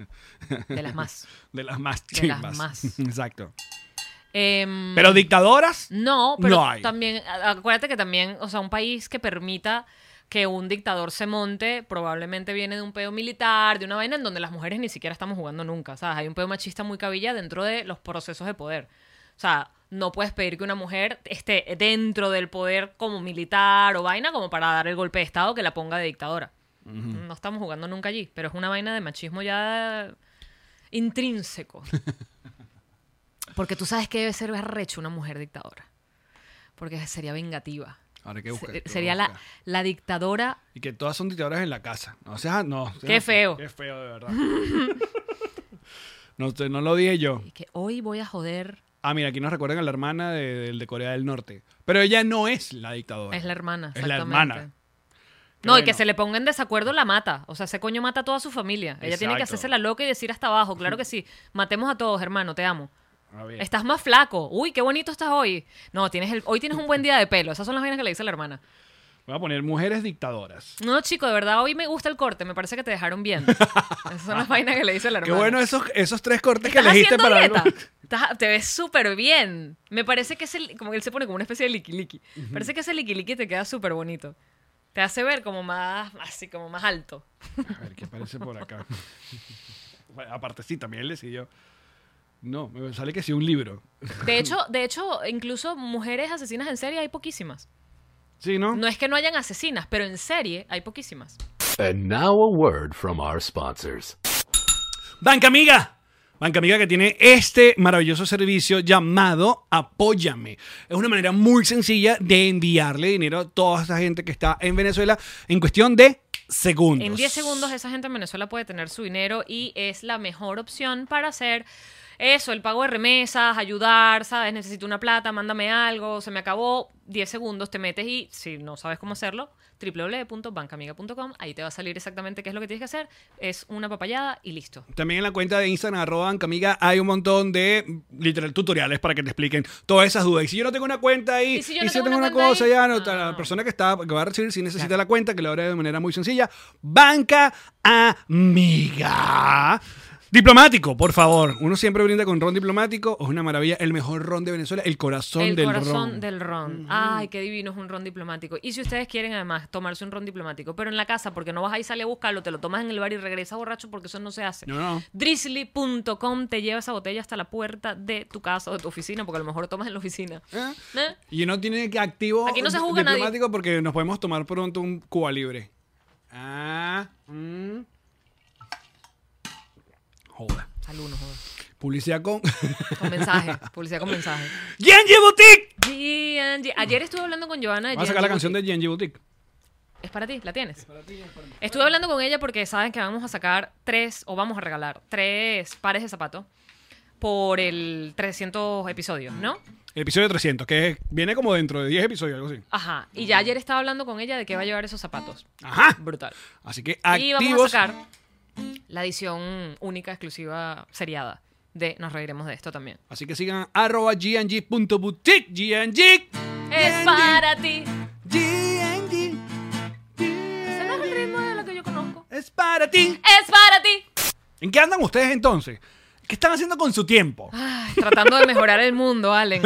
S5: De las más.
S4: De las más
S5: De las
S4: chimbas.
S5: más.
S4: Exacto.
S5: Em,
S4: Pero dictadoras.
S5: No, pero
S4: No hay.
S5: también, a- acuérdate que también, o sea, un país que permita que un dictador se monte probablemente viene de un pedo militar, de una vaina en donde las mujeres ni siquiera estamos jugando nunca, ¿sabes? Hay un pedo machista muy cabilla dentro de los procesos de poder. O sea, no puedes pedir que una mujer esté dentro del poder como militar o vaina como para dar el golpe de Estado que la ponga de dictadora. No estamos jugando nunca allí, pero es una vaina de machismo ya intrínseco. Porque tú sabes que debe ser arrecho una mujer dictadora. Porque sería vengativa.
S4: Ahora que buscar.
S5: Se- sería la, la dictadora.
S4: Y que todas son dictadoras en la casa. O sea, no.
S5: Qué feo.
S4: Qué feo, de verdad. no, sé, no lo dije yo.
S5: Y que hoy voy a joder.
S4: Ah, mira, aquí nos recuerdan a la hermana de, del de Corea del Norte. Pero ella no es la dictadora.
S5: Es la hermana.
S4: Es la
S5: exactamente.
S4: hermana. Qué
S5: No, y que
S4: bueno.
S5: se le ponga en desacuerdo la mata. O sea, ese coño mata a toda su familia. Ella tiene que
S4: Exacto.
S5: hacerse la loca y decir hasta abajo. Claro que sí. Matemos a todos, hermano, te amo.
S4: A ver.
S5: Estás más flaco. Uy, qué bonito estás hoy. No, tienes el, hoy tienes un buen día de pelo. Esas son las vainas que le dice la hermana.
S4: Voy a poner mujeres dictadoras.
S5: No, chico, de verdad, hoy me gusta el corte. Me parece que te dejaron bien. Esas son las vainas que le dice la
S4: Qué
S5: hermana.
S4: bueno esos, esos tres cortes que
S5: ¿Estás
S4: elegiste
S5: haciendo
S4: para.
S5: dieta? Estás- te ves súper bien. Me parece que es el, como que él se pone como una especie de liquiliqui. Parece que ese liquiliqui te queda súper bonito. Te hace ver como más, así como más alto.
S4: A ver, ¿qué aparece por acá? Bueno, Aparte, sí, también él decidió. No, me sale que sí, un libro.
S5: De hecho, de hecho, incluso mujeres asesinas en serie hay poquísimas.
S4: Sí, ¿no?
S5: No es que no hayan asesinas, pero en serie hay poquísimas.
S6: And now a word from our sponsors.
S4: Banca Amiga. Banca Amiga que tiene este maravilloso servicio llamado Apóyame. Es una manera muy sencilla de enviarle dinero a toda esa gente que está en Venezuela en cuestión de segundos.
S5: En 10 segundos esa gente en Venezuela puede tener su dinero y es la mejor opción para hacer eso, el pago de remesas, ayudar, ¿sabes? Necesito una plata, mándame algo, se me acabó. 10 segundos te metes y si no sabes cómo hacerlo, www.bancamiga.com, ahí te va a salir exactamente qué es lo que tienes que hacer. Es una papayada y listo.
S4: También en la cuenta de Instagram, arroba Banca Amiga, hay un montón de mm, literal tutoriales para que te expliquen todas esas dudas. Y si yo no tengo una cuenta ahí,
S5: Y si yo no tengo una cuenta
S4: cosa,
S5: ahí?
S4: ya no,
S5: Ah,
S4: la
S5: no.
S4: persona que está que va a recibir, si necesita la cuenta, que lo haré de manera muy sencilla. Banca Amiga. Diplomático, por favor. Uno siempre brinda con ron diplomático. Es una maravilla. El mejor ron de Venezuela, el corazón
S5: el
S4: del
S5: corazón
S4: ron.
S5: del ron. Ay, qué divino es un ron diplomático. Y si ustedes quieren además tomarse un ron diplomático, pero en la casa, porque no vas ahí, sale a buscarlo, te lo tomas en el bar y regresas borracho porque eso no se hace.
S4: No, no.
S5: Drizzly.com te lleva esa botella hasta la puerta de tu casa o de tu oficina, porque a lo mejor lo tomas en la oficina.
S4: ¿Eh?
S5: ¿Eh?
S4: Y no tiene que activo
S5: Aquí no se juzga a nadie.
S4: diplomático porque nos podemos tomar pronto un Cuba libre. Ah, mm. Joda.
S5: Salud, no jodas.
S4: Publicidad con.
S5: Con mensaje. Publicidad con mensaje.
S4: ¡Genji Boutique!
S5: G&G. Ayer estuve hablando con Joana de
S4: Vamos a sacar la
S5: G&G
S4: canción de Genji Boutique.
S5: Boutique. Es para ti, la tienes. Estuve hablando con ella porque saben que vamos a sacar tres, o vamos a regalar tres pares de zapatos por el 300 episodios, ¿no?
S4: El episodio 300, que es- viene como dentro de 10 episodios, algo así.
S5: Ajá. Y ya ayer estaba hablando con ella de que va a llevar esos zapatos.
S4: Ajá.
S5: Brutal.
S4: Así que
S5: Y
S4: activos.
S5: vamos a sacar la edición única, exclusiva, seriada de Nos Reiremos de esto también.
S4: Así que sigan arroba gng.boutique. GNG.
S5: Es para ti.
S4: GNG.
S5: Ese no es el ritmo de lo que yo conozco.
S4: Es para ti.
S5: Es para ti.
S4: ¿En qué andan ustedes entonces? ¿Qué están haciendo con su tiempo?
S5: Ay, tratando de mejorar el mundo, Allen.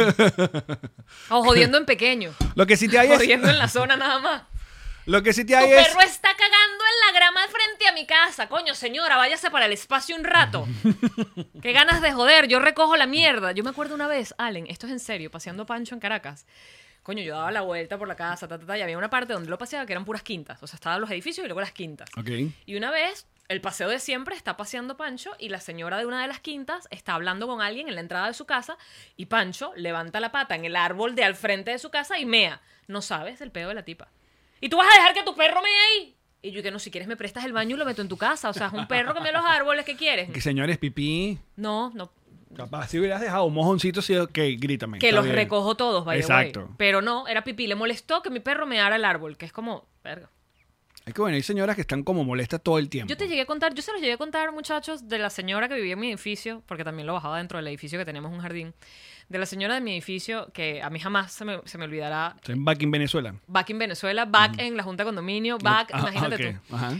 S5: O jodiendo en pequeño.
S4: Lo que sí te hay es.
S5: Jodiendo en la zona nada más.
S4: Lo que sí te
S5: Tu
S4: hay es.
S5: perro está cagando en la grama frente a mi casa. Coño, señora, váyase para el espacio un rato. Qué ganas de joder, yo recojo la mierda. Yo me acuerdo una vez, Allen, esto es en serio, paseando a Pancho en Caracas. Coño, yo daba la vuelta por la casa, ta, ta, ta, y había una parte donde lo paseaba que eran puras quintas. O sea, estaban los edificios y luego las quintas.
S4: Ok.
S5: Y una vez, el paseo de siempre está paseando Pancho y la señora de una de las quintas está hablando con alguien en la entrada de su casa y Pancho levanta la pata en el árbol de al frente de su casa y mea. No sabes el pedo de la tipa. Y tú vas a dejar que tu perro mee ahí. Y yo que no, si quieres me prestas el baño y lo meto en tu casa. O sea, es un perro que mea los árboles, ¿qué quieres?
S4: Que señores, pipí.
S5: No, no.
S4: Capaz si hubieras dejado un mojoncito, sí, ok, grítame.
S5: Que
S4: está
S5: los
S4: bien.
S5: recojo todos, vaya.
S4: Exacto.
S5: Pero no, era pipí. Le molestó que mi perro meara el árbol, que es como, verga.
S4: Es que bueno, hay señoras que están como molestas todo el tiempo.
S5: Yo te llegué a contar, yo se los llegué a contar, muchachos, de la señora que vivía en mi edificio, porque también lo bajaba dentro del edificio que tenemos un jardín, de la señora de mi edificio que a mí jamás se me, se me olvidará,
S4: Estoy en back in Venezuela.
S5: back en Venezuela, back en la Junta de Condominio, back,
S4: Ah,
S5: imagínate
S4: ok,
S5: tú,
S4: Ajá.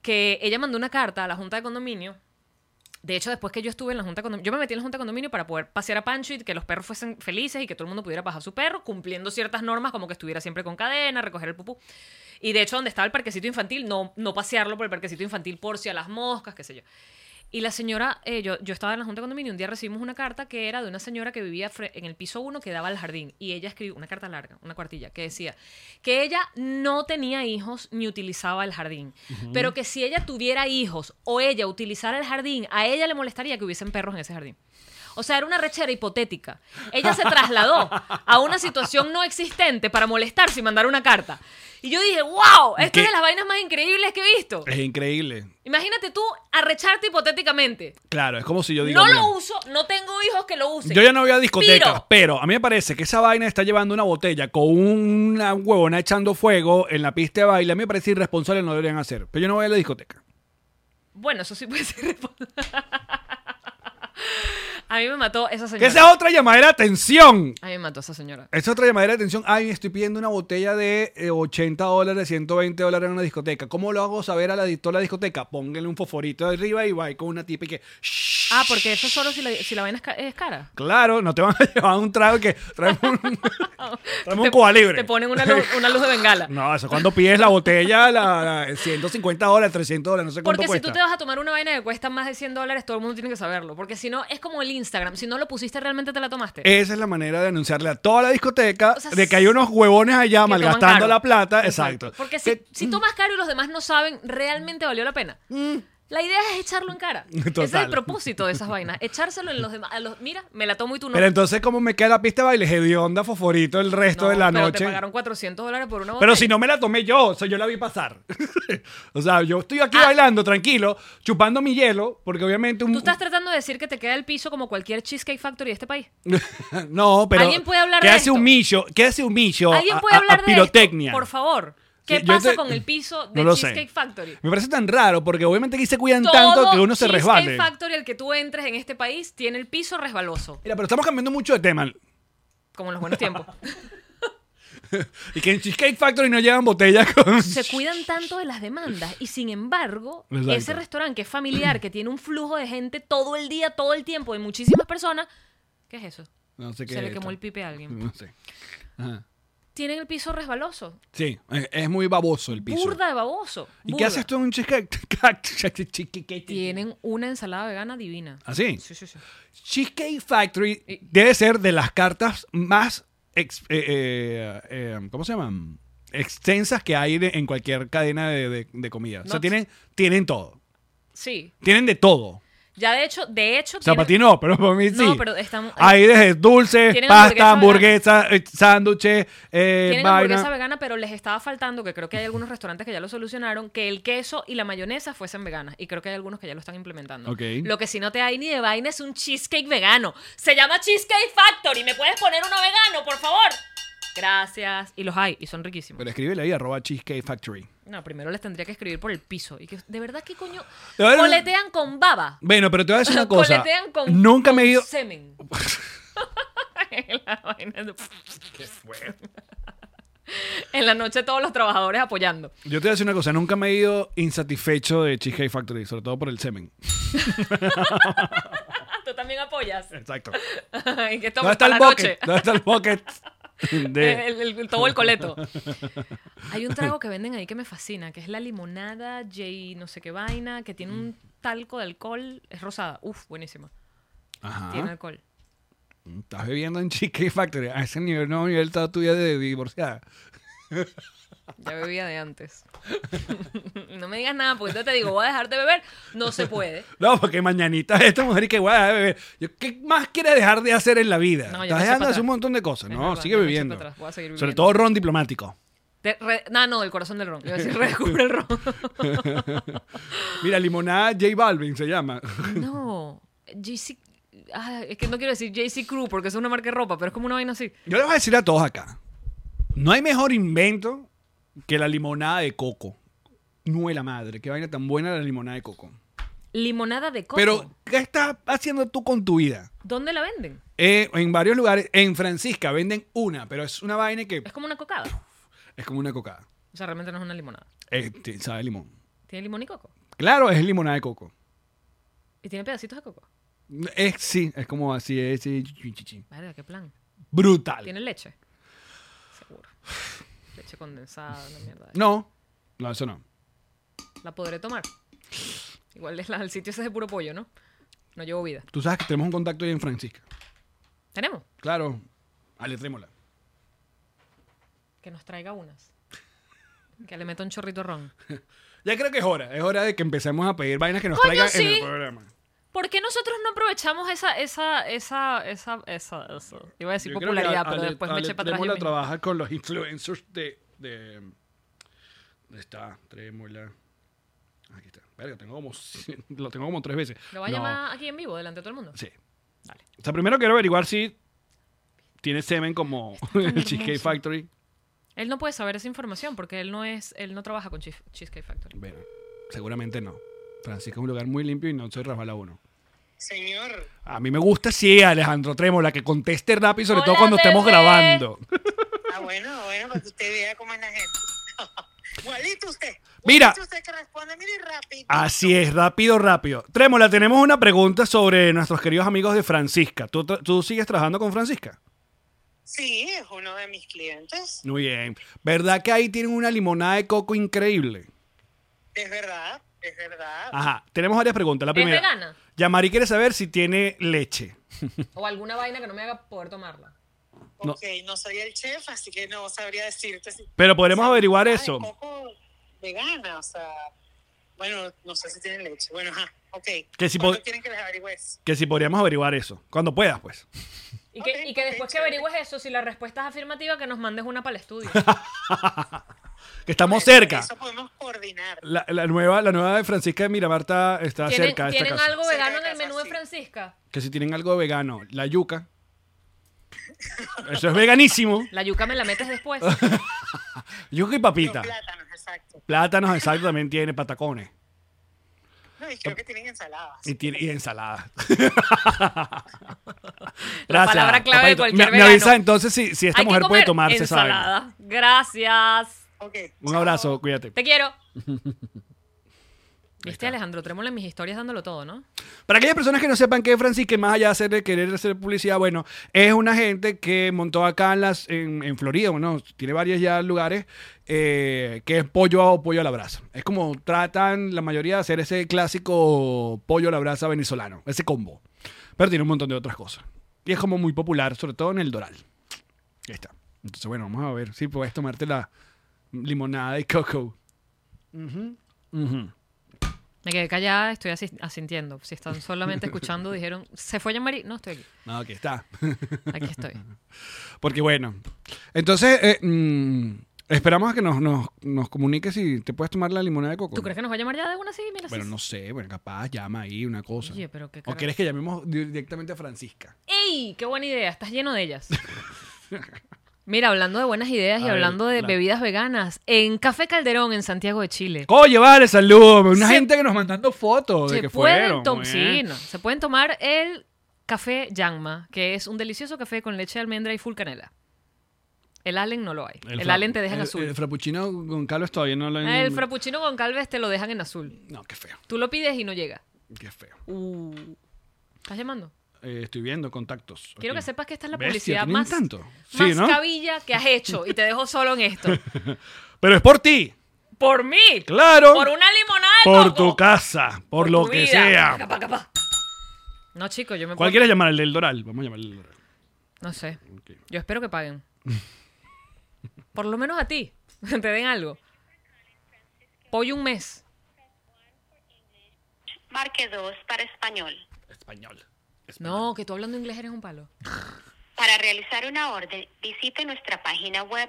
S5: que ella mandó una carta a la Junta de Condominio. De hecho, después que yo estuve en la Junta de Condominio, yo me metí en la Junta de Condominio para poder pasear a Pancho y que los perros fuesen felices y que todo el mundo pudiera pasar a su perro, cumpliendo ciertas normas como que estuviera siempre con cadena, recoger el pupú. Y de hecho, donde estaba el parquecito infantil, no, no pasearlo por el parquecito infantil por si a las moscas, qué sé yo. Y la señora, eh, yo, yo estaba en la Junta de Condominio, un día recibimos una carta que era de una señora que vivía fre- en el piso 1 que daba al jardín. Y ella escribió una carta larga, una cuartilla, que decía que ella no tenía hijos ni utilizaba el jardín. Pero que si ella tuviera hijos o ella utilizara el jardín, a ella le molestaría que hubiesen perros en ese jardín. O sea, era una rechera hipotética. Ella se trasladó a una situación no existente para molestarse y mandar una carta. Y yo dije, wow, esta
S4: ¿Qué? Eh.
S5: es de las vainas más increíbles que he visto.
S4: Es increíble.
S5: Imagínate tú arrecharte hipotéticamente.
S4: Claro, es como si yo digo.
S5: No
S4: mira,
S5: lo uso, no tengo hijos que lo usen.
S4: Yo ya no voy a discotecas,
S5: Piro.
S4: pero a mí me parece que esa vaina está llevando una botella con una huevona echando fuego en la pista de baile. A mí me parece irresponsable, no deberían hacer. Pero yo no voy a la discoteca.
S5: Bueno, eso sí puede ser responsable. A mí me mató esa
S4: Que
S5: señora.
S4: esa es otra llamada de atención.
S5: A mí me mató esa señora.
S4: Esa es otra llamada de atención. Ay, estoy pidiendo una botella de eh, 80 dólares, 120 dólares en una discoteca. ¿Cómo lo hago saber a la, di- toda la discoteca? Pónganle un fosforito de arriba y va ahí con una tipa y que. "Shh".
S5: Ah, porque eso solo si la, si la vaina es, ca- es cara.
S4: Claro, no te van a llevar un trago que traemos un, traemos un
S5: Te-
S4: Cuba libre.
S5: Te ponen una luz, una luz de bengala.
S4: No, eso cuando pides la botella, la, la- 150 dólares, 300 dólares, no sé cuánto
S5: Porque si
S4: cuesta.
S5: tú te vas a tomar una vaina que cuesta más de 100 dólares, todo el mundo tiene que saberlo. Porque si no, es como el Instagram. Si no lo pusiste, realmente te la tomaste.
S4: Esa es la manera de anunciarle a toda la discoteca
S5: O sea,
S4: de que hay unos huevones allá
S5: Que toman
S4: malgastando
S5: caro.
S4: la plata. Exacto.
S5: Porque si,
S4: Que-
S5: si tomas caro y los demás no saben, realmente valió la pena. La idea es echarlo en cara. Ese es
S4: Mm. Total.
S5: el propósito de esas vainas. Echárselo en los demás. a los- mira, me la tomo y tú no.
S4: Pero entonces, como me queda la pista de baile? Hedionda, fosforito el resto
S5: No,
S4: de la
S5: pero
S4: noche.
S5: Te pagaron 400 dólares por una
S4: Pero
S5: botella.
S4: si no me la tomé yo, o sea, yo la vi pasar. o sea, yo estoy aquí
S5: Ah.
S4: bailando tranquilo, chupando mi hielo, porque obviamente un...
S5: Tú estás tratando de decir que te queda el piso como cualquier Cheesecake Factory de este país.
S4: no, pero...
S5: ¿Alguien puede hablar
S4: ¿qué
S5: de
S4: hace
S5: esto?
S4: un millo? ¿Qué hace un millo
S5: ¿Alguien
S4: a-
S5: puede
S4: a- a
S5: hablar de esto?
S4: pirotecnia?
S5: Por favor. ¿Qué
S4: Sí, yo
S5: pasa
S4: te-
S5: con el piso de
S4: No lo sé.
S5: Cheesecake Factory?
S4: Me parece tan raro, porque obviamente aquí se cuidan tanto que uno se resbale.
S5: Cheesecake Factory al que tú entres en este país tiene el piso resbaloso,
S4: Mira, pero estamos cambiando mucho de tema.
S5: como en los buenos tiempos.
S4: Y que en Cheesecake Factory no llevan botellas con...
S5: se cuidan tanto de las demandas y sin embargo
S4: Exacto.
S5: ese restaurante que es familiar que tiene un flujo de gente todo el día todo el tiempo de muchísimas personas ¿qué es eso?
S4: No sé qué
S5: se le
S4: es esto.
S5: quemó
S4: Mm.
S5: el pipe a alguien
S4: No sé. Ajá.
S5: tienen el piso resbaloso
S4: Sí, es- es muy baboso el piso.
S5: burda de baboso
S4: ¿Y qué
S5: burda.
S4: haces tú en un cheesecake? Cheesecake-
S5: tienen una ensalada vegana divina
S4: ¿Así?
S5: sí, sí, sí.
S4: Cheesecake Factory debe ser de las cartas más. ex- eh, eh, eh, ¿Cómo se llaman? extensas que hay de- en cualquier cadena de, de- de comida. O sea,
S5: No.
S4: tienen, tienen todo.
S5: Sí.
S4: Tienen de todo.
S5: Ya de hecho, de hecho.
S4: O sea, para ti no, pero para mí sí.
S5: No, pero están- eh,
S4: Hay desde dulces,
S5: Tienen
S4: pasta,
S5: hamburguesa
S4: hamburguesa, eh, sándwiches, eh,
S5: Tienen hamburguesa
S4: vaina.
S5: vegana, pero les estaba faltando, que creo que hay algunos restaurantes que ya lo solucionaron, que el queso y la mayonesa fuesen veganas. Y creo que hay algunos que ya lo están implementando.
S4: Ok.
S5: Lo que si no te hay ni de vaina es un cheesecake vegano. Se llama Cheesecake Factory. ¿Me puedes poner uno vegano, por favor? Gracias. Y los hay, y son riquísimos.
S4: Pero escríbele ahí, arroba Cheesecake Factory.
S5: No, primero les tendría que escribir por el piso. Y que, ¿De verdad qué coño?
S4: De verdad-
S5: Coletean con baba.
S4: Bueno, pero te voy a decir una cosa.
S5: Coletean con,
S4: Nunca
S5: con
S4: me he ido...
S5: semen. La vaina de- en la noche todos los trabajadores apoyando.
S4: Yo te voy a decir una cosa, nunca me he ido insatisfecho de Cheesecake Factory, sobre todo por el semen.
S5: Ah, tú también apoyas.
S4: Exacto.
S5: Ay,
S4: ¿Dónde
S5: que tomas
S4: está
S5: para
S4: el
S5: la
S4: bucket?
S5: noche.
S4: ¿Dónde está el bucket? De...
S5: El- el- el- todo el coleto. Hay un trago que venden ahí que me fascina, que es la limonada J no sé qué vaina, que tiene un
S4: Mm.
S5: talco de alcohol. Es rosada. Uf, buenísima. Tiene
S4: Ajá.
S5: alcohol.
S4: Estás bebiendo en Cheesecake Factory. A ese nivel, no, nivel está tuya de divorciada.
S5: Ya bebía de antes. no me digas nada, porque yo te digo, voy a dejar de beber. No se puede.
S4: No, porque mañanita esta mujer y que guay, bebé. Yo, ¿Qué más quieres dejar de hacer en la vida?
S5: No, yo me eché
S4: Estás dejando
S5: para
S4: de hacer
S5: atrás.
S4: un montón de cosas.
S5: Es
S4: no,
S5: verdad,
S4: sigue
S5: yo me eché
S4: viviendo.
S5: para atrás, voy a seguir
S4: Sobre
S5: viviendo.
S4: todo ron diplomático.
S5: De- re- no, no, el corazón del ron. Iba a decir, redescubre el ron.
S4: Mira, limonada J Balvin se llama.
S5: no, JC. ah, es que no quiero decir JC Crew porque es una marca de ropa, pero es como una vaina así.
S4: Yo les voy a decir a todos acá. No hay mejor invento que la limonada de coco. Nuela madre, qué vaina tan buena la limonada de coco.
S5: Limonada de coco.
S4: Pero, ¿qué estás haciendo tú con tu vida?
S5: ¿Dónde la venden?
S4: Eh, en varios lugares, en Francisca venden una, pero es una vaina que
S5: Es como una cocada.
S4: es como una cocada.
S5: O sea, realmente no es una limonada.
S4: Eh, te- sabe a limón.
S5: Tiene limón y coco.
S4: Claro, es limonada de coco.
S5: Y tiene pedacitos de coco.
S4: Es, sí, es como así, es sí, chi, chi, chi.
S5: Verga, qué plan.
S4: brutal.
S5: ¿Tiene leche? Seguro. Leche condensada, una mierda.
S4: No, no, eso no.
S5: La podré tomar. Igual es la, el sitio ese es de puro pollo, ¿no? No llevo vida.
S4: Tú sabes que tenemos un contacto ahí en Francisca.
S5: Tenemos.
S4: Claro, aletrémola.
S5: Que nos traiga unas. Que le meta un chorrito de ron.
S4: Ya creo que es hora, es hora de que empecemos a pedir vainas que nos
S5: Coño,
S4: traigan en
S5: sí.
S4: el programa.
S5: ¿Por qué nosotros no aprovechamos esa, esa, esa, esa, esa, esa? Iba a decir
S4: Yo creo
S5: popularidad,
S4: que
S5: pero
S4: Ale-
S5: después me eché para atrás.
S4: Aletrémola
S5: yo misma.
S4: trabaja con los influencers de... de ¿Dónde está? Trémola. Aquí está. Verga, tengo como, lo tengo como tres veces.
S5: Lo va a
S4: No,
S5: llamar aquí en vivo, delante de todo el mundo.
S4: Sí.
S5: Dale.
S4: O sea, primero quiero averiguar si tiene semen como el Cheesecake
S5: hermoso.
S4: Factory.
S5: Él no puede saber esa información porque él no es, él no trabaja con Cheese- Cheesecake Factory.
S4: Bueno, seguramente no. Francisco es un lugar muy limpio y no soy Rafa la uno.
S7: Señor,
S4: A mí me gusta, sí, Alejandro Trémola, que conteste rápido y sobre
S5: Hola,
S4: todo cuando estemos
S5: bebé.
S4: grabando.
S7: ah, bueno, bueno, para que usted vea cómo es la gente. Igualito usted.
S4: Mira.
S7: Igualito usted que responde, mire rápido.
S4: Así es, rápido, rápido. Trémola, tenemos una pregunta sobre nuestros queridos amigos de Francisca. ¿Tú, tra- tú sigues trabajando con Francisca?
S7: Sí, es uno de mis clientes.
S4: Muy bien. ¿Verdad que ahí tienen una limonada de coco increíble?
S7: Es verdad, es verdad.
S4: Ajá, tenemos varias preguntas. La
S5: ¿Es
S4: primera.
S5: vegana?
S4: Yamari quiere saber si tiene leche.
S5: O alguna vaina que no me haga poder tomarla.
S4: no.
S7: Ok, no soy el chef, así que no sabría decirte si.
S4: Pero podremos
S7: si-
S4: averiguar
S7: ah,
S4: eso.
S7: Un poco vegana, o sea. Bueno, no sé si tienen leche. Bueno, ajá, ok.
S4: Que si
S7: ¿Cuándo
S4: pod-
S7: quieren que les averigüe eso?
S4: Que si podríamos averiguar eso. Cuando puedas, pues.
S5: Y que,
S7: Ok,
S5: y que
S7: ok,
S5: después que
S7: chévere.
S5: averigües eso, si la respuesta es afirmativa, que nos mandes una para el estudio.
S4: Que estamos
S7: Eso-
S4: cerca.
S7: Eso podemos coordinar.
S4: La, la nueva, la nueva de Francisca de Miramar está, está
S5: ¿Tienen,
S4: cerca de esta
S5: ¿tienen
S4: casa.
S5: algo
S7: Cerca
S5: vegano
S7: de
S5: en el
S7: casa,
S5: menú de
S7: sí.
S5: Francisca?
S4: Que si tienen algo vegano, la yuca. Eso es veganísimo.
S5: La yuca me la metes después.
S4: Yuca y
S7: Los
S4: papita.
S7: plátanos, exacto.
S4: Plátanos, exacto, también tiene patacones.
S7: No, y creo que tienen ensaladas.
S4: Y, tiene, y ensalada. Gracias.
S5: palabra clave de
S4: papadito.
S5: cualquier
S4: me, me
S5: vegano.
S4: avisa entonces si, si esta
S5: Hay que
S4: mujer puede
S5: comer
S4: tomarse esa vaina.
S5: ensalada. Gracias.
S7: Ok.
S4: Un abrazo, cuídate.
S5: Te quiero. Viste, Alejandro Trémola en mis historias dándolo todo, ¿no?
S4: Para aquellas personas que no sepan que Francisca, más allá de hacer- de querer hacer publicidad, bueno, es una gente que montó acá en, las, en, en Florida, bueno, tiene varios ya lugares, eh, que es pollo o pollo a la brasa. Es como tratan la mayoría de hacer ese clásico pollo a la brasa venezolano, ese combo. Pero tiene un montón de otras cosas. Y es como muy popular, sobre todo en el Doral. Ahí está. Entonces, bueno, vamos a ver si puedes tomarte la, Limonada y coco.
S5: Me quedé callada, estoy asi- asintiendo. Si están solamente escuchando, dijeron, ¿se fue Jean-Marie? No, estoy aquí.
S4: No, aquí está.
S5: Aquí estoy.
S4: Porque bueno. Entonces, eh, mm, esperamos a que nos, nos, nos comuniques si te puedes tomar la limonada de coco.
S5: ¿Tú crees que nos va a llamar ya de una así? Mira,
S4: Bueno,
S5: sí.
S4: no sé, bueno, capaz llama ahí una cosa.
S5: Oye, pero qué
S4: o
S5: carajo.
S4: quieres que llamemos di- directamente a Francisca.
S5: ¡Ey! ¡Qué buena idea! Estás lleno de ellas. Mira, hablando de buenas ideas y
S4: A ver,
S5: hablando de
S4: la-
S5: bebidas veganas, en Café Calderón, en Santiago de Chile.
S4: Oye, vale, saludos. Una
S5: Se-
S4: gente que nos mandando fotos de
S5: Se
S4: que
S5: pueden,
S4: fueron.
S5: tom-
S4: eh.
S5: sí, no, se pueden tomar el café Yangma, que es un delicioso café con leche de almendra y full canela. El Allen no lo hay. El,
S4: fra-
S5: Allen te dejan
S4: el-
S5: azul. Ah,
S4: El frappuccino con Carlos todavía no lo han-
S5: El frappuccino con calves te lo dejan en azul.
S4: No, qué feo.
S5: Tú lo pides y no llega.
S4: Qué feo.
S5: ¿Estás llamando?
S4: Eh, estoy viendo contactos.
S5: Quiero
S4: aquí.
S5: que sepas que esta es la
S4: Bestia,
S5: publicidad
S4: tienen
S5: más,
S4: tanto.
S5: más
S4: Sí, ¿no?
S5: cabilla que has hecho y te dejo solo en esto.
S4: Pero es por ti.
S5: ¡Por mí!
S4: Claro.
S5: ¡Por una limonada! de
S4: Por
S5: coco.
S4: tu casa. Por,
S5: Por
S4: lo
S5: tu
S4: que
S5: vida.
S4: sea.
S5: Capa, capa. No, chico, yo me
S4: ¿Cuál
S5: puedo-
S4: quieres llamar? El del Doral. Vamos a llamar el del Doral.
S5: No sé. Yo espero que paguen. Por lo menos a ti. Te den algo. Pollo un mes.
S8: Marque 2 para español.
S4: Español.
S5: No, que tú hablando inglés eres un palo.
S8: Para realizar una orden, visite nuestra página web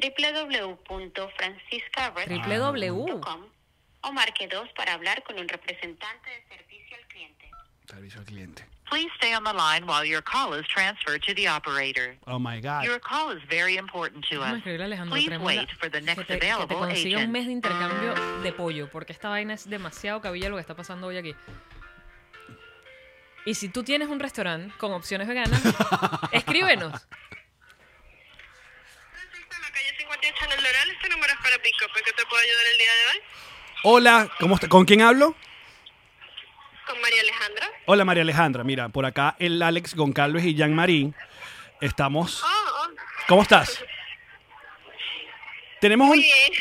S8: www.franciscared.com
S5: Triple W.
S8: o marque 2 para hablar con un representante de servicio al cliente.
S4: Servicio al cliente.
S9: Please stay on the line while your call is transferred to the operator.
S4: Oh my God.
S9: Your call is very important to
S5: Vamos a
S9: us.
S5: escribirle a Alejandro
S9: Please
S5: Tremola
S9: wait for the
S5: que
S9: next
S5: te, que te
S9: available
S5: consiga un
S9: agent.
S5: mes de intercambio de pollo, porque esta vaina es demasiado cabilla lo que está pasando hoy aquí. Y si tú tienes un restaurante con opciones veganas, escríbenos.
S8: En la calle 58 en el Doral, este número es para pick-up. ¿En qué te puedo ayudar el día de hoy?
S4: Hola, ¿cómo está? ¿con quién hablo?
S8: Con María Alejandra.
S4: Hola María Alejandra. Mira, por acá el Alex Goncalves y Jean Marín. Estamos.
S8: Oh,
S4: ¿Cómo estás? Tenemos, un-
S8: bien.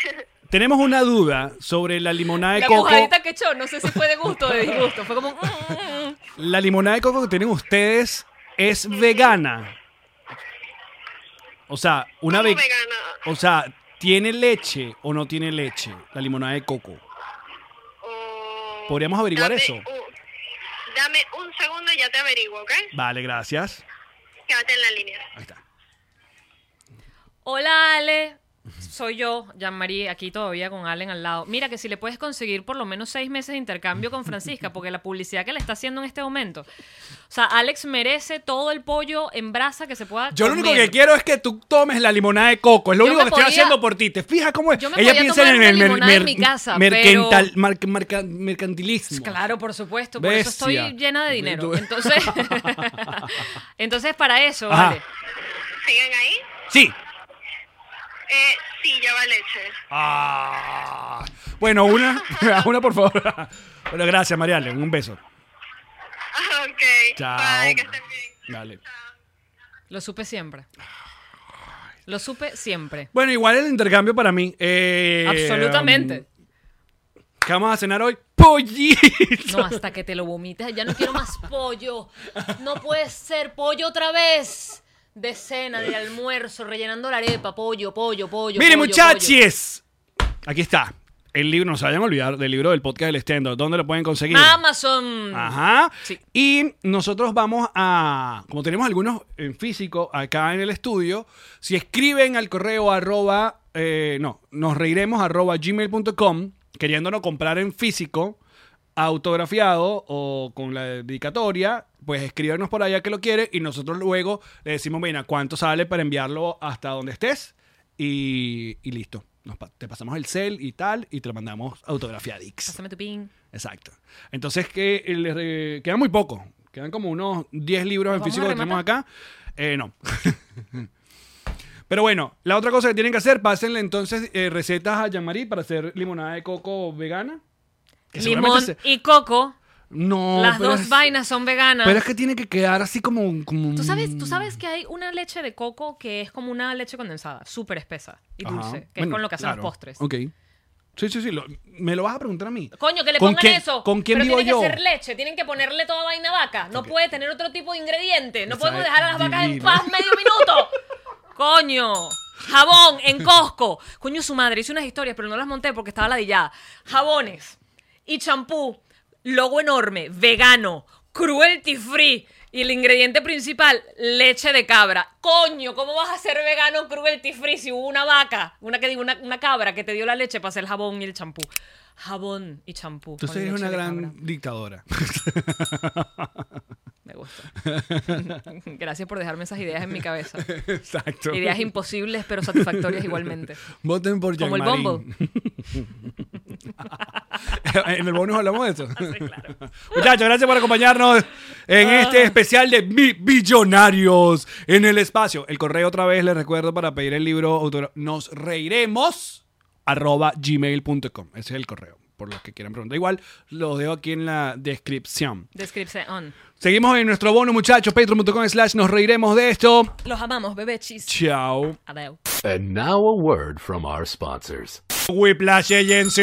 S4: tenemos una duda sobre la limonada de
S5: La
S4: coco.
S5: pujadita que echó, no sé si fue de gusto o de disgusto. Fue como... un, mm, mm, mm.
S4: La limonada de coco que tienen ustedes es vegana. O sea, una ve-
S8: vegana.
S4: O sea, ¿tiene leche o no tiene leche la limonada de coco?
S8: Oh,
S4: ¿Podríamos averiguar eso?
S8: un- dame un segundo y ya te averiguo, ¿ok?
S4: Vale, gracias.
S8: Quédate en la línea.
S4: Ahí está.
S5: Hola Ale, soy yo, Jean-Marie, aquí todavía con Allen al lado. Mira que si le puedes conseguir por lo menos seis meses de intercambio con Francisca, porque la publicidad que le está haciendo en este momento. O sea, Alex merece todo el pollo en brasa que se pueda.
S4: Yo lo único
S5: comer.
S4: que quiero es que tú tomes la limonada de coco. Es lo
S5: Yo
S4: único
S5: me
S4: que estoy
S5: podía-
S4: haciendo por ti. ¿Te fijas cómo es?
S5: Yo me podía tomar una limonada en mi casa,
S4: mercantal-
S5: pero-
S4: mar- marca- mercantilismo.
S5: Claro, por supuesto, por eso
S4: Bestia.
S5: estoy llena de dinero.
S4: Tú-
S5: Entonces, entonces para eso,
S4: Ajá.
S5: vale.
S8: ¿Siguen ahí?
S4: Sí.
S8: Eh, sí, lleva leche.
S4: Ah. Bueno, una, una por favor. Bueno, gracias, Mariale. Un beso.
S8: Ok.
S4: Chao.
S8: Bye, que estén bien.
S4: Dale.
S5: Lo supe siempre. Lo supe siempre.
S4: Bueno, igual el intercambio para mí. eh,
S5: Absolutamente.
S4: ¿Qué vamos a cenar hoy? Pollito.
S5: No, hasta que te lo vomitas. Ya no quiero más pollo. No puede ser pollo otra vez. De cena, de almuerzo, rellenando la arepa. Pollo, pollo, pollo.
S4: Mire,
S5: pollo,
S4: muchachos. Aquí está. El libro, no se vayan a olvidar del libro del podcast del stand-up. ¿Dónde lo pueden conseguir?
S5: pollo. Amazon.
S4: Ajá.
S5: Mm. Sí.
S4: Y nosotros vamos a, como tenemos algunos en físico acá en el estudio, si escriben al correo arroba, eh, no, nos reiremos arroba gmail.com, queriéndonos comprar en físico, autografiado o con la dedicatoria, pues escríbanos por allá que lo quiere y nosotros luego le decimos, mira, ¿cuánto sale para enviarlo hasta donde estés? Y, y listo. Nos pa- te pasamos el cel y tal y te lo mandamos autografiadix.
S5: Pásame tu pin.
S4: Exacto. Entonces, que eh, les re- quedan muy pocos. Quedan como unos 10 libros en
S5: ¿Vamos
S4: físico
S5: a
S4: que tenemos acá. Eh, no. Pero bueno, la otra cosa que tienen que hacer, pásenle entonces eh, recetas a Jean-Marie para hacer limonada de coco vegana. Que
S5: Limón
S4: seguramente se-
S5: y coco.
S4: No,
S5: Las
S4: pero
S5: dos
S4: es-
S5: vainas son veganas.
S4: Pero es que tiene que quedar así como. como
S5: ¿Tú, sabes, tú sabes que hay una leche de coco que es como una leche condensada, súper espesa y
S4: Ajá.
S5: dulce, que es
S4: Bueno,
S5: con lo que hacen
S4: claro.
S5: los postres.
S4: Ok. Sí, sí, sí. lo- me lo vas a preguntar a mí.
S5: Coño, que le
S4: ¿Con
S5: pongan
S4: quién-
S5: eso.
S4: ¿Con quién
S5: Pero
S4: vivo
S5: tiene
S4: yo?
S5: que ser leche, tienen que ponerle toda vaina vaca. No puede tener otro tipo de ingrediente. No
S4: Esa
S5: podemos
S4: es
S5: dejar a las vacas en
S4: divina.
S5: paz medio minuto. Coño. Jabón en Costco. Coño, su madre. Hice unas historias, pero no las monté porque estaba ladillada. Jabones y champú. Logo enorme, vegano, cruelty free. Y el ingrediente principal, leche de cabra. Coño, ¿cómo vas a ser vegano cruelty free si hubo una vaca? Una que digo, una, una cabra que te dio la leche para hacer el jabón y el champú. Jabón y champú.
S4: Tú
S5: con
S4: eres
S5: leche
S4: una
S5: de
S4: gran
S5: cabra.
S4: dictadora.
S5: Me gusta. Gracias por dejarme esas ideas en mi cabeza.
S4: Exacto.
S5: Ideas imposibles, pero satisfactorias igualmente.
S4: Voten por
S5: Como el
S4: Jean-Marie.
S5: bombo.
S4: en el bonus hablamos de eso.
S5: Sí, claro. Ah.
S4: Muchachos, gracias por acompañarnos en este especial de Bi- Billonarios en el espacio. El correo otra vez, les recuerdo, para pedir el libro autora- nos reiremos arroba gmail.com. Ese es el correo, por los que quieran preguntar. Igual, los dejo aquí en la descripción.
S5: Descripción.
S4: Seguimos en nuestro bono, muchachos, patreon.com slash nos reiremos de esto.
S5: Los amamos, bebé chis.
S4: Chao.
S5: Adeu.
S6: And now a word from our sponsors.
S4: Whiplash Agency.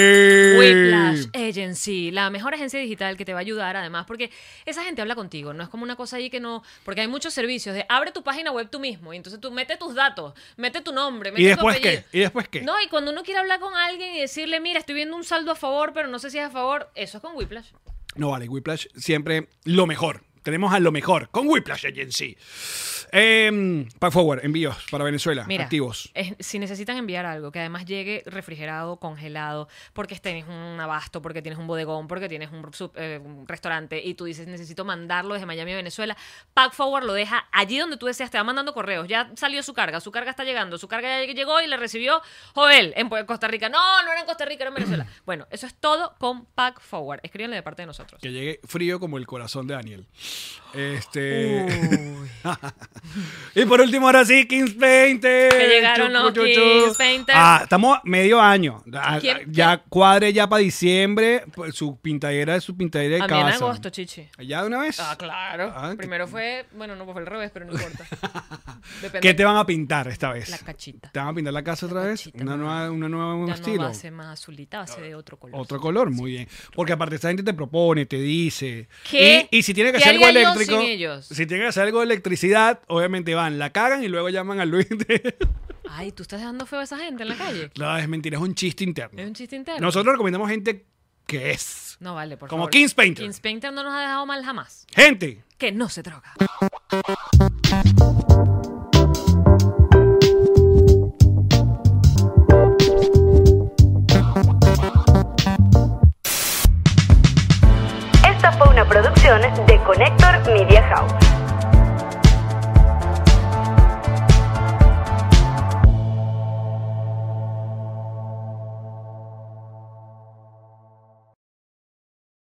S5: Whiplash Agency, la mejor agencia digital que te va a ayudar además, porque esa gente habla contigo, no es como una cosa ahí que no, porque hay muchos servicios de abre tu página web tú mismo y entonces tú mete tus datos, mete tu nombre, mete
S4: ¿Y
S5: tu
S4: después
S5: apellido.
S4: qué? ¿Y después qué?
S5: No, y cuando uno quiere hablar con alguien y decirle, mira, estoy viendo un saldo a favor, pero no sé si es a favor, eso es con Whiplash.
S4: No vale, Whiplash siempre lo mejor. Tenemos a lo mejor con Whiplash Agency. Eh, pack Forward, envíos para Venezuela,
S5: Mira,
S4: activos.
S5: es- si necesitan enviar algo que además llegue refrigerado, congelado, porque tienes un abasto, porque tienes un bodegón, porque tienes un, sub- eh, un restaurante y tú dices necesito mandarlo desde Miami a Venezuela, Pack Forward lo deja allí donde tú deseas, te va mandando correos, ya salió su carga, su carga está llegando, su carga ya lleg- llegó y la recibió Joel en Pu- Costa Rica. No, no era en Costa Rica, era en Venezuela. bueno, eso es todo con Pack Forward. Escríbanle de parte de nosotros.
S4: Que llegue frío como el corazón de Daniel. Este. y por último, ahora sí, Kings Painter.
S5: Que llegaron los Kings Painters.
S4: Ah, estamos a medio año. Ah,
S5: ¿Quién-
S4: Ya cuadre ya para diciembre. pues, Su pintadera es su pintadera de
S5: A mí en
S4: casa.
S5: agosto, chichi.
S4: ¿Ya de una vez?
S5: Ah, claro.
S4: Ah, ¿qué-
S5: Primero fue, bueno, no fue al revés, pero no importa. Depende.
S4: ¿Qué te van a pintar esta vez?
S5: La cachita.
S4: ¿Te van a pintar la casa otra
S5: La
S4: vez?
S5: cachita,
S4: una,
S5: mamá.
S4: nueva, una nueva un
S5: ya
S4: estilo.
S5: no pues. va a ser más azulita, va a ser de otro color.
S4: Otro color, muy bien. Porque aparte esta gente te propone, te dice.
S5: ¿Qué?
S4: Y, y si tiene que
S5: ¿Qué
S4: hacer algo
S5: haría yo
S4: eléctrico.
S5: sin ellos?
S4: Si tiene que hacer algo de electricidad, obviamente van, la cagan y luego llaman a Luis. de-
S5: Ay, tú estás dejando feo a esa gente en la calle.
S4: no, es mentira, es un chiste interno.
S5: Es un chiste interno.
S4: Nosotros recomendamos gente que es.
S5: no vale, por
S4: como
S5: favor.
S4: King's Painter.
S5: King's Painter no nos ha dejado mal jamás.
S4: Gente.
S5: Que no se droga.
S1: Esta fue una producción de Connector Media House.